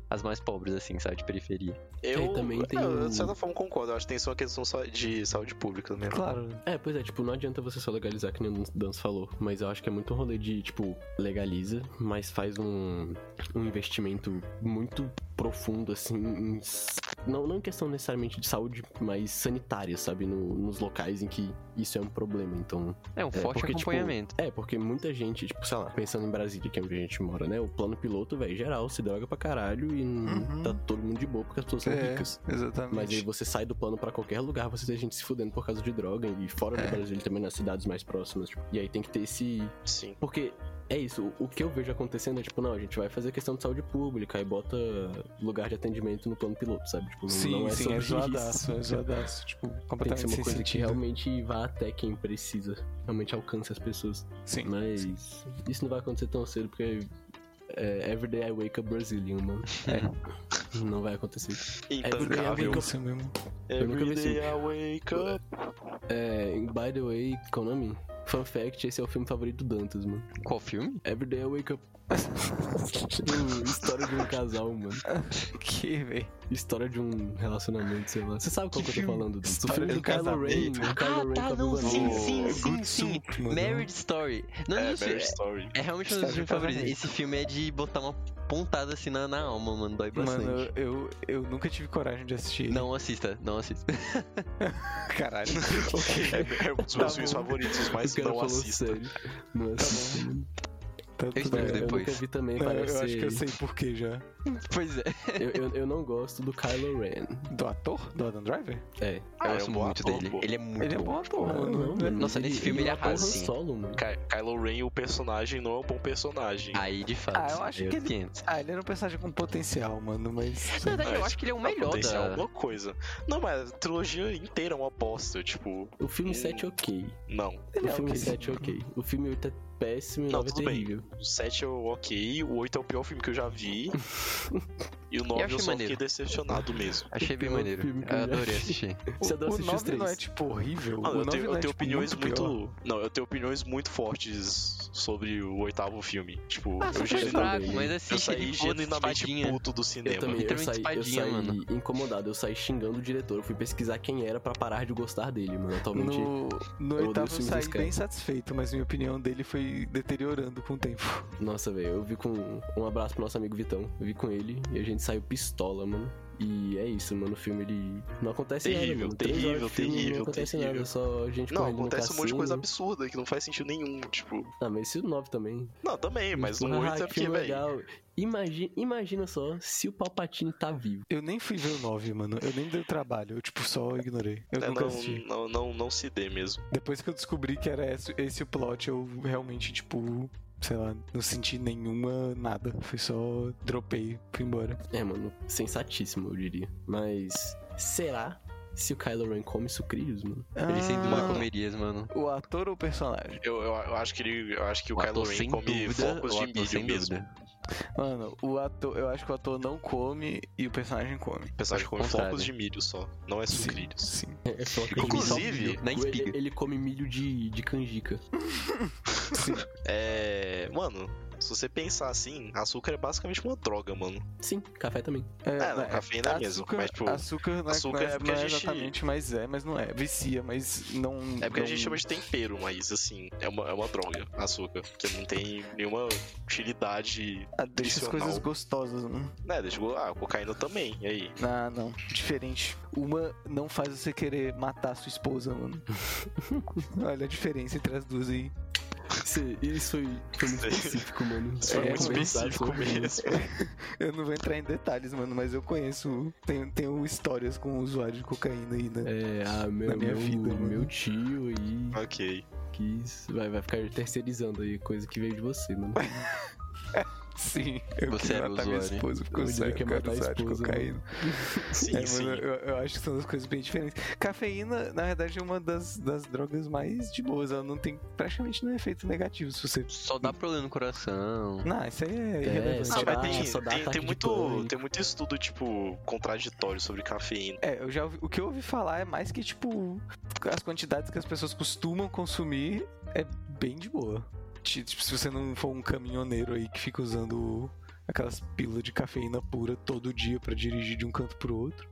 Speaker 2: as mais pobres, assim, sabe, de periferia.
Speaker 1: Eu
Speaker 4: É, também tem
Speaker 1: eu,
Speaker 4: um-
Speaker 1: de certa forma, concordo. Eu acho que tem só uma questão só de saúde pública mesmo.
Speaker 3: Claro.
Speaker 4: É, pois é, tipo, não adianta você só legalizar, que nem o Danço falou. Mas eu acho que é muito um rolê de, tipo, legaliza, mas faz um, um investimento muito profundo, assim, em s- não, não em questão necessariamente de saúde, mas sanitária, sabe? No- nos locais em que isso é um problema. Então,
Speaker 2: É um forte
Speaker 4: porque, tipo,
Speaker 2: acompanhamento.
Speaker 4: é, porque muita gente, tipo, sei lá, pensando em Brasília, que é onde a gente mora, né? O plano piloto, velho, geral, se droga pra caralho e
Speaker 3: Uhum.
Speaker 4: tá todo mundo de boa porque as pessoas são
Speaker 3: É,
Speaker 4: ricas.
Speaker 3: exatamente.
Speaker 4: Mas aí você sai do plano pra qualquer lugar, você tem gente se fudendo por causa de droga e fora
Speaker 3: É.
Speaker 4: do Brasil também nas cidades mais próximas. tipo. e aí tem que ter esse.
Speaker 1: Sim.
Speaker 4: Porque é isso, o, o que eu vejo acontecendo é tipo, não, a gente vai fazer questão de saúde pública e bota lugar de atendimento no plano piloto, sabe? Tipo, não,
Speaker 3: Sim,
Speaker 4: não é
Speaker 3: sim,
Speaker 4: sobre
Speaker 3: é
Speaker 4: isso.
Speaker 3: zoadaço, é zoadaço. Tipo,
Speaker 4: Tem que
Speaker 3: completamente
Speaker 4: ser uma
Speaker 3: sem
Speaker 4: coisa que
Speaker 3: sentido.
Speaker 4: realmente vá até quem precisa, realmente alcance as pessoas.
Speaker 3: Sim.
Speaker 4: Mas isso não vai acontecer tão cedo porque é, Everyday I Wake Up Brazilian, mano. Não vai acontecer. porque
Speaker 3: É
Speaker 1: Intancável.
Speaker 3: bem
Speaker 4: eu-
Speaker 3: isso mesmo.
Speaker 4: eu nunca
Speaker 1: Então,
Speaker 4: vi
Speaker 1: Every day I wake up.
Speaker 4: É, by the way, qual o nome? Fun fact, esse é o filme favorito do Dantas, mano.
Speaker 2: Qual filme?
Speaker 4: Everyday I Wake Up. Hum, história de um casal, mano.
Speaker 3: que, velho.
Speaker 4: História de um relacionamento, sei lá. Você sabe qual que eu tô falando, Dantas? O
Speaker 3: História
Speaker 4: filme
Speaker 3: de
Speaker 4: do
Speaker 3: um
Speaker 4: Kylo Ren.
Speaker 3: casamento.
Speaker 4: O Kylo Ren
Speaker 2: tá,
Speaker 4: com a
Speaker 2: não,
Speaker 4: Viúva
Speaker 2: sim,
Speaker 4: Negra.
Speaker 2: sim,
Speaker 1: Oh,
Speaker 2: sim, sim.
Speaker 3: Soup, mano.
Speaker 2: Marriage Story. Não,
Speaker 1: É,
Speaker 2: é, isso, é,
Speaker 1: Marriage Story.
Speaker 2: é realmente um dos
Speaker 3: Story
Speaker 2: meus
Speaker 3: pra
Speaker 2: favoritos.
Speaker 3: caralho.
Speaker 2: Esse filme é de botar uma pontada assim na, na alma, mano. Dói bastante.
Speaker 3: Mano, eu, eu nunca tive coragem de assistir. ele.
Speaker 2: Não assista, não assista.
Speaker 3: Caralho.
Speaker 1: É, é um dos
Speaker 3: Tá
Speaker 1: meus filmes
Speaker 3: bom.
Speaker 1: favoritos, mas
Speaker 4: o cara
Speaker 1: não
Speaker 4: falou
Speaker 1: assista.
Speaker 4: sério. Não assista, mano. É,
Speaker 3: Tá
Speaker 2: Eu
Speaker 3: tudo
Speaker 2: escrevo
Speaker 3: bem.
Speaker 4: Eu
Speaker 2: depois.
Speaker 4: nunca vi também,
Speaker 3: Não,
Speaker 4: parece...
Speaker 3: É, eu acho que eu sei por que já.
Speaker 2: Pois é.
Speaker 4: eu, eu- eu não gosto do Kylo Ren.
Speaker 3: Do ator? Do Adam Driver?
Speaker 4: É.
Speaker 1: Ah,
Speaker 2: Eu
Speaker 4: Ah,
Speaker 2: gosto
Speaker 1: é um bom
Speaker 2: muito
Speaker 1: ator,
Speaker 2: dele.
Speaker 1: pô.
Speaker 2: Ele é muito
Speaker 3: Ele é
Speaker 2: bom.
Speaker 3: bom
Speaker 1: Ah,
Speaker 3: ator,
Speaker 4: Não,
Speaker 3: mano.
Speaker 4: não, mano.
Speaker 2: Nossa, nesse filme ele é
Speaker 4: matou o Han
Speaker 2: arrasa, sim.
Speaker 4: Solo, mano.
Speaker 1: Ky- Kylo Ren, o personagem, não é um bom personagem.
Speaker 2: Aí, de fato.
Speaker 3: Ah, eu acho que ele-
Speaker 2: 500.
Speaker 3: Ah, ele era um personagem com potencial, mano, mas.
Speaker 2: Na verdade, eu
Speaker 1: Mas
Speaker 2: acho que ele é o
Speaker 1: Dá
Speaker 2: melhor
Speaker 1: potencial
Speaker 2: da...
Speaker 1: alguma coisa. Não, mas a trilogia inteira é uma bosta, tipo,
Speaker 4: O filme
Speaker 1: Hum.
Speaker 4: 7 é ok.
Speaker 1: não.
Speaker 3: Ele
Speaker 4: o
Speaker 3: é
Speaker 4: filme
Speaker 3: ok.
Speaker 4: 7 é ok. O filme 8 é péssimo e o
Speaker 1: Não,
Speaker 4: 9 é
Speaker 1: tudo bem.
Speaker 4: terrível.
Speaker 1: O 7 é o ok, o 8 é o pior filme que eu já vi. e o 9 eu,
Speaker 2: achei
Speaker 1: só
Speaker 2: maneiro.
Speaker 1: fiquei decepcionado mesmo.
Speaker 2: Achei bem
Speaker 4: pior
Speaker 2: maneiro.
Speaker 4: filme que
Speaker 2: Eu
Speaker 4: eu já
Speaker 2: adorei
Speaker 4: achei.
Speaker 2: assistir.
Speaker 4: Você
Speaker 3: o,
Speaker 4: adora
Speaker 3: o
Speaker 4: assistir os
Speaker 3: 9 não é
Speaker 4: três.
Speaker 3: tipo horrível.
Speaker 1: Mano,
Speaker 3: o
Speaker 1: Ah, eu
Speaker 3: 9
Speaker 1: tenho, eu
Speaker 3: não é,
Speaker 1: tenho
Speaker 3: tipo,
Speaker 1: opiniões muito.
Speaker 3: pior.
Speaker 1: Não, eu tenho opiniões muito fortes sobre o oitavo filme. Tipo,
Speaker 2: Ah,
Speaker 1: eu,
Speaker 2: só
Speaker 4: achei
Speaker 2: foi
Speaker 1: genuinamente-
Speaker 4: fraco,
Speaker 2: fraco, mas assim,
Speaker 1: eu saí genuinamente puto do
Speaker 4: Eu
Speaker 1: cinema.
Speaker 4: também, eu
Speaker 2: Literalmente
Speaker 4: saí, eu
Speaker 2: espadinha,
Speaker 4: saí
Speaker 2: mano.
Speaker 4: incomodado, eu saí xingando o diretor, eu fui pesquisar quem era pra parar de gostar dele, mano. Atualmente,
Speaker 3: No, no
Speaker 4: odeio
Speaker 3: oitavo
Speaker 4: os
Speaker 3: eu
Speaker 4: filmes
Speaker 3: saí
Speaker 4: desse cara.
Speaker 3: bem satisfeito, mas minha opinião dele foi deteriorando com o tempo.
Speaker 4: nossa, velho, eu vi com. Um abraço pro nosso amigo Vitão. Eu vi com ele e a gente saiu pistola, mano. E é isso, mano. O filme ele. Não acontece nada.
Speaker 1: Terrível,
Speaker 4: Mano. Três
Speaker 1: terrível,
Speaker 4: horas de filme, Não
Speaker 1: terrível,
Speaker 4: acontece
Speaker 1: terrível.
Speaker 4: nada, só gente
Speaker 1: Não,
Speaker 4: correndo no
Speaker 1: acontece um monte de
Speaker 4: cassino.
Speaker 1: coisa absurda que não faz sentido nenhum. Tipo,
Speaker 4: Ah, mas esse 9 também.
Speaker 1: não, também, mas um 8 é
Speaker 4: que
Speaker 1: porque, velho.
Speaker 4: tá legal. Imagina, imagina só se o Palpatine tá vivo.
Speaker 3: Eu nem fui ver o 9, mano. Eu nem dei o trabalho. Eu, tipo, só ignorei. Eu
Speaker 1: é,
Speaker 3: nunca
Speaker 1: não,
Speaker 3: assisti.
Speaker 1: não, não, não se dê mesmo.
Speaker 3: Depois que eu descobri que era esse, esse o plot, eu realmente, tipo, sei lá, não senti nenhuma nada. Foi só dropei, fui embora.
Speaker 4: É, mano, sensatíssimo, eu diria. Mas será se o Kylo Ren come sucrilhos, mano?
Speaker 2: Ele sem dúvida
Speaker 1: Ah.
Speaker 2: comerias, mano.
Speaker 3: O ator ou o personagem?
Speaker 1: Eu, eu, eu acho que ele, eu acho que o,
Speaker 2: O
Speaker 1: Kylo
Speaker 2: ator
Speaker 1: Ren
Speaker 2: sem
Speaker 1: come
Speaker 2: dúvida,
Speaker 1: flocos
Speaker 2: o
Speaker 1: de
Speaker 2: ator
Speaker 1: milho
Speaker 2: sem
Speaker 1: mesmo.
Speaker 2: dúvida.
Speaker 3: Mano, o ator, eu acho que o ator não come e o personagem come.
Speaker 1: Apesar de
Speaker 2: Acho
Speaker 1: comer
Speaker 2: o contrário. né?
Speaker 1: flocos de milho só, não é sucrilhos.
Speaker 3: Sim.
Speaker 4: É só que
Speaker 2: Ele come só
Speaker 1: Inclusive,
Speaker 2: milho na
Speaker 4: ele,
Speaker 2: espiga.
Speaker 4: ele come milho de, de canjica.
Speaker 1: É. Mano, se você pensar assim, açúcar é basicamente uma droga, mano.
Speaker 4: Sim, café também.
Speaker 3: É,
Speaker 1: Ah, não,
Speaker 3: né,
Speaker 1: cafeína mesmo,
Speaker 3: açúcar,
Speaker 1: mas, tipo,
Speaker 3: açúcar não é,
Speaker 1: açúcar
Speaker 3: não é-
Speaker 1: é porque a
Speaker 3: não é
Speaker 1: gente-
Speaker 3: exatamente, mas é, mas não é. Vicia, mas não.
Speaker 1: É porque a
Speaker 3: não-
Speaker 1: gente chama de tempero, mas assim, é uma, é uma droga, açúcar. Porque não tem nenhuma utilidade.
Speaker 3: Ah, deixa as
Speaker 1: tradicional.
Speaker 3: coisas gostosas, né?
Speaker 1: Né, tipo, ah, cocaína também, e aí?
Speaker 3: Ah, não. Diferente. Uma não faz você querer matar sua esposa, mano. Olha a diferença entre as duas aí.
Speaker 4: Sim, Isso foi, foi muito específico, mano.
Speaker 1: Isso foi
Speaker 3: É,
Speaker 1: muito
Speaker 3: mas-
Speaker 1: específico mesmo.
Speaker 3: Eu não vou entrar em detalhes, mano, mas eu conheço. Tenho, tenho histórias com usuário de cocaína aí, né?
Speaker 4: É, ah, meu,
Speaker 3: Na minha
Speaker 4: meu,
Speaker 3: vida, mano.
Speaker 4: meu tio aí
Speaker 1: ok.
Speaker 4: quis. Vai, vai ficar terceirizando aí, coisa que veio de você, mano.
Speaker 3: Sim, eu
Speaker 2: Você
Speaker 3: queria
Speaker 2: era
Speaker 3: matar minha
Speaker 2: usuário, hein?
Speaker 3: esposa, ficou
Speaker 4: Eu diria
Speaker 3: sério,
Speaker 4: que
Speaker 3: que
Speaker 4: ia
Speaker 3: eu era
Speaker 4: matar a
Speaker 3: usuário de
Speaker 4: esposa, né?
Speaker 3: cocaína.
Speaker 1: Sim,
Speaker 3: É,
Speaker 1: sim.
Speaker 3: mano, eu, eu acho que são duas coisas bem diferentes. Cafeína, na verdade, é uma das, das drogas mais de boas. Ela não tem praticamente nenhum efeito negativo se você.
Speaker 2: Só dá problema no coração.
Speaker 3: Não, isso aí é, irrelevante.
Speaker 1: Ah,
Speaker 4: só dá-
Speaker 1: mas tem,
Speaker 4: só dá
Speaker 1: tem,
Speaker 4: ataque
Speaker 1: tem,
Speaker 4: de
Speaker 1: muito,
Speaker 4: pânico.
Speaker 1: tem muito estudo, tipo, contraditório sobre cafeína.
Speaker 3: É, eu já ouvi- o que eu ouvi falar é mais que, tipo, as quantidades que as pessoas costumam consumir é bem de boa. Ti- Tipo, se você não for um caminhoneiro aí que fica usando aquelas pílulas de cafeína pura todo dia pra dirigir de um canto pro outro.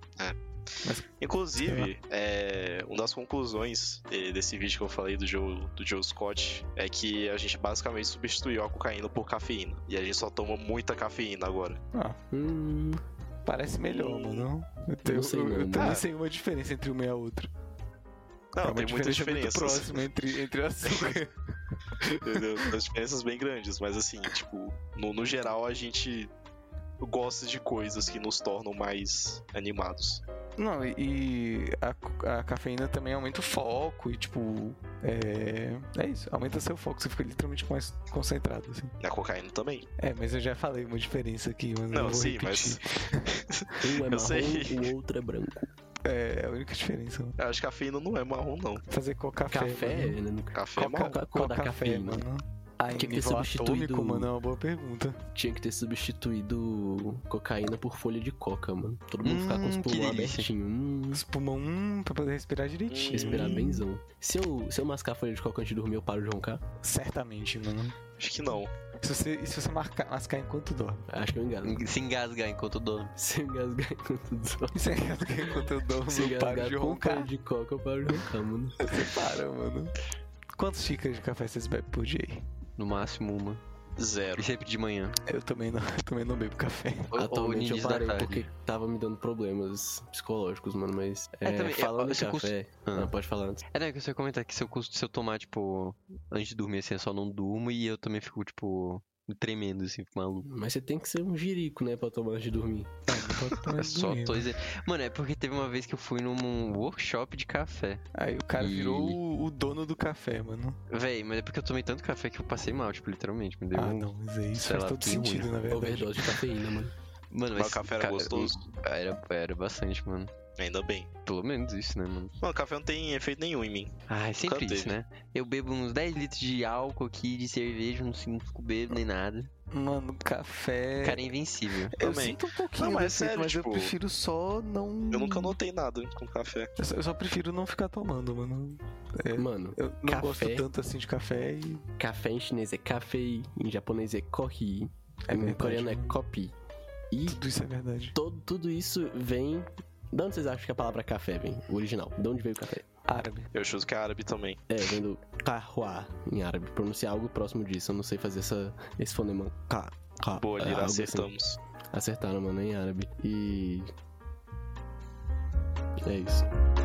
Speaker 1: Inclusive, é, uma das conclusões eh, desse vídeo que eu falei do Joe, do Joe Scott é que a gente basicamente substituiu a cocaína por cafeína. E a gente só toma muita cafeína agora.
Speaker 3: Ah,
Speaker 4: Hum,
Speaker 3: parece melhor, mano. Eu, tenho-
Speaker 4: não sei
Speaker 3: eu-
Speaker 4: não,
Speaker 3: eu
Speaker 4: mano.
Speaker 3: também Hum, sei né? uma diferença entre uma e a outra.
Speaker 1: Não,
Speaker 3: é uma
Speaker 1: tem muitas
Speaker 3: diferença muito
Speaker 1: diferenças.
Speaker 3: próxima entre, entre as
Speaker 1: Entendeu? As diferenças bem grandes, mas assim, tipo, no, no geral a gente gosta de coisas que nos tornam mais animados.
Speaker 3: Não, e- e a, co- a cafeína também aumenta o foco e, tipo, é, é isso, aumenta seu foco, você fica literalmente mais concentrado, assim.
Speaker 1: Na cocaína também.
Speaker 3: É, mas eu já falei uma diferença aqui, mas
Speaker 1: Não,
Speaker 3: eu vou
Speaker 1: sim,
Speaker 3: repetir.
Speaker 4: um é
Speaker 1: Eu sei.
Speaker 4: marrom, o outro é branco.
Speaker 3: É a única diferença. mano.
Speaker 1: Eu acho que cafeína não é marrom, não.
Speaker 3: Fazer coca-café.
Speaker 4: Café,
Speaker 3: mano.
Speaker 4: né? no-
Speaker 1: Café é marrom.
Speaker 4: Coca- Coca-
Speaker 3: Coca-café,
Speaker 4: cafeína.
Speaker 3: mano. Ah, em
Speaker 4: Tinha que ter
Speaker 3: nível
Speaker 4: substituído-
Speaker 3: atômico, mano, é uma boa pergunta.
Speaker 4: Tinha que ter substituído cocaína por folha de coca, mano. Todo mundo ficar com os
Speaker 2: Hum, que
Speaker 4: pulmões
Speaker 2: delícia.
Speaker 4: abertinhos. Hum,
Speaker 3: Os pulmão, hum, pra poder respirar direitinho.
Speaker 4: respirar benzão. Se eu, se eu mascar a folha de coca antes de dormir, eu paro de roncar?
Speaker 3: Certamente, mano.
Speaker 1: Acho que não.
Speaker 3: Se você, e se você marcar, mascar enquanto dorme.
Speaker 4: Acho que eu engano.
Speaker 2: Se engasgar enquanto dorme.
Speaker 4: Se eu engasgar enquanto
Speaker 3: Se
Speaker 4: dorme.
Speaker 3: você engasgar enquanto eu durmo,
Speaker 4: Se eu
Speaker 3: eu paro
Speaker 4: engasgar
Speaker 3: de
Speaker 4: com
Speaker 3: roncar.
Speaker 4: folha de coca, eu paro de roncar, mano.
Speaker 3: Você para, mano. Quantas xícaras de café vocês bebem por dia aí?
Speaker 2: No máximo uma.
Speaker 1: Zero.
Speaker 2: E sempre de manhã.
Speaker 3: Eu também não, eu também não bebo café.
Speaker 2: Ou- Ou no
Speaker 4: Atualmente eu um
Speaker 2: início da
Speaker 4: parei
Speaker 2: tarde.
Speaker 4: porque tava me dando problemas psicológicos, mano. Mas
Speaker 2: É,
Speaker 4: é,
Speaker 2: também,
Speaker 4: falando
Speaker 2: eu-
Speaker 4: de
Speaker 2: eu custo-
Speaker 4: café...
Speaker 2: Ah.
Speaker 4: Não, pode falar antes.
Speaker 2: É, né, que você comenta que se eu, cus- se eu tomar, tipo, antes de dormir, assim, eu só não durmo e eu também fico, tipo, tremendo, assim, maluco.
Speaker 4: Mas você tem que ser um jirico, né, pra tomar antes de dormir.
Speaker 3: Pode tomar
Speaker 2: É só
Speaker 3: dinheiro.
Speaker 2: tô dizendo. Mano, é porque teve uma vez que eu fui num workshop de café.
Speaker 3: Aí o cara
Speaker 2: E-
Speaker 3: virou o- o dono do café, mano.
Speaker 2: Véi, mas é porque eu tomei tanto café que eu passei mal, tipo, literalmente. Me deu
Speaker 3: Ah,
Speaker 2: um-
Speaker 3: não, mas é isso
Speaker 2: sei
Speaker 3: faz
Speaker 2: lá,
Speaker 3: todo
Speaker 2: pinho ruim.
Speaker 3: sentido, na verdade.
Speaker 4: Overdose de cafeína, mano.
Speaker 2: Mano,
Speaker 1: Mas o café era
Speaker 2: ca-
Speaker 1: gostoso?
Speaker 2: Era, era bastante, mano.
Speaker 1: Ainda bem.
Speaker 2: Pelo menos isso, né, mano?
Speaker 1: Mano, café não tem efeito nenhum em mim.
Speaker 2: Ai, sempre
Speaker 1: Nunca
Speaker 2: isso,
Speaker 1: teve.
Speaker 2: né? Eu bebo uns 10 litros de álcool aqui, de cerveja, não sei, não fico bebo nem nada.
Speaker 3: Mano, café.
Speaker 2: O cara é invencível.
Speaker 3: eu
Speaker 1: também.
Speaker 3: sinto um pouquinho,
Speaker 1: Não, mas é
Speaker 3: desse jeito,
Speaker 1: sério,
Speaker 3: mas
Speaker 1: tipo,
Speaker 3: eu prefiro só não.
Speaker 1: Eu
Speaker 4: Hum.
Speaker 1: nunca notei nada com café.
Speaker 3: Eu só- eu só prefiro não ficar tomando, mano. É,
Speaker 4: Mano,
Speaker 3: Eu não
Speaker 4: Café.
Speaker 3: gosto tanto assim de café e.
Speaker 4: café em chinês é cafei, em japonês é kohi,
Speaker 3: É
Speaker 4: em
Speaker 3: verdade,
Speaker 4: coreano
Speaker 3: mano.
Speaker 4: é kopi. E
Speaker 3: Tudo isso é verdade.
Speaker 4: todo, tudo isso vem... De onde vocês acham que a palavra café vem? O original. De onde veio o café?
Speaker 3: Árabe.
Speaker 1: Eu chuto que é árabe também.
Speaker 4: É, vem do kahwa, em árabe. Pronunciar algo próximo disso. Eu não sei fazer essa, esse fonema. Ka, ka,
Speaker 1: Boa,
Speaker 4: é,
Speaker 1: ali,
Speaker 4: algo assim.
Speaker 1: acertamos.
Speaker 4: Acertaram, mano, em árabe. E... É isso.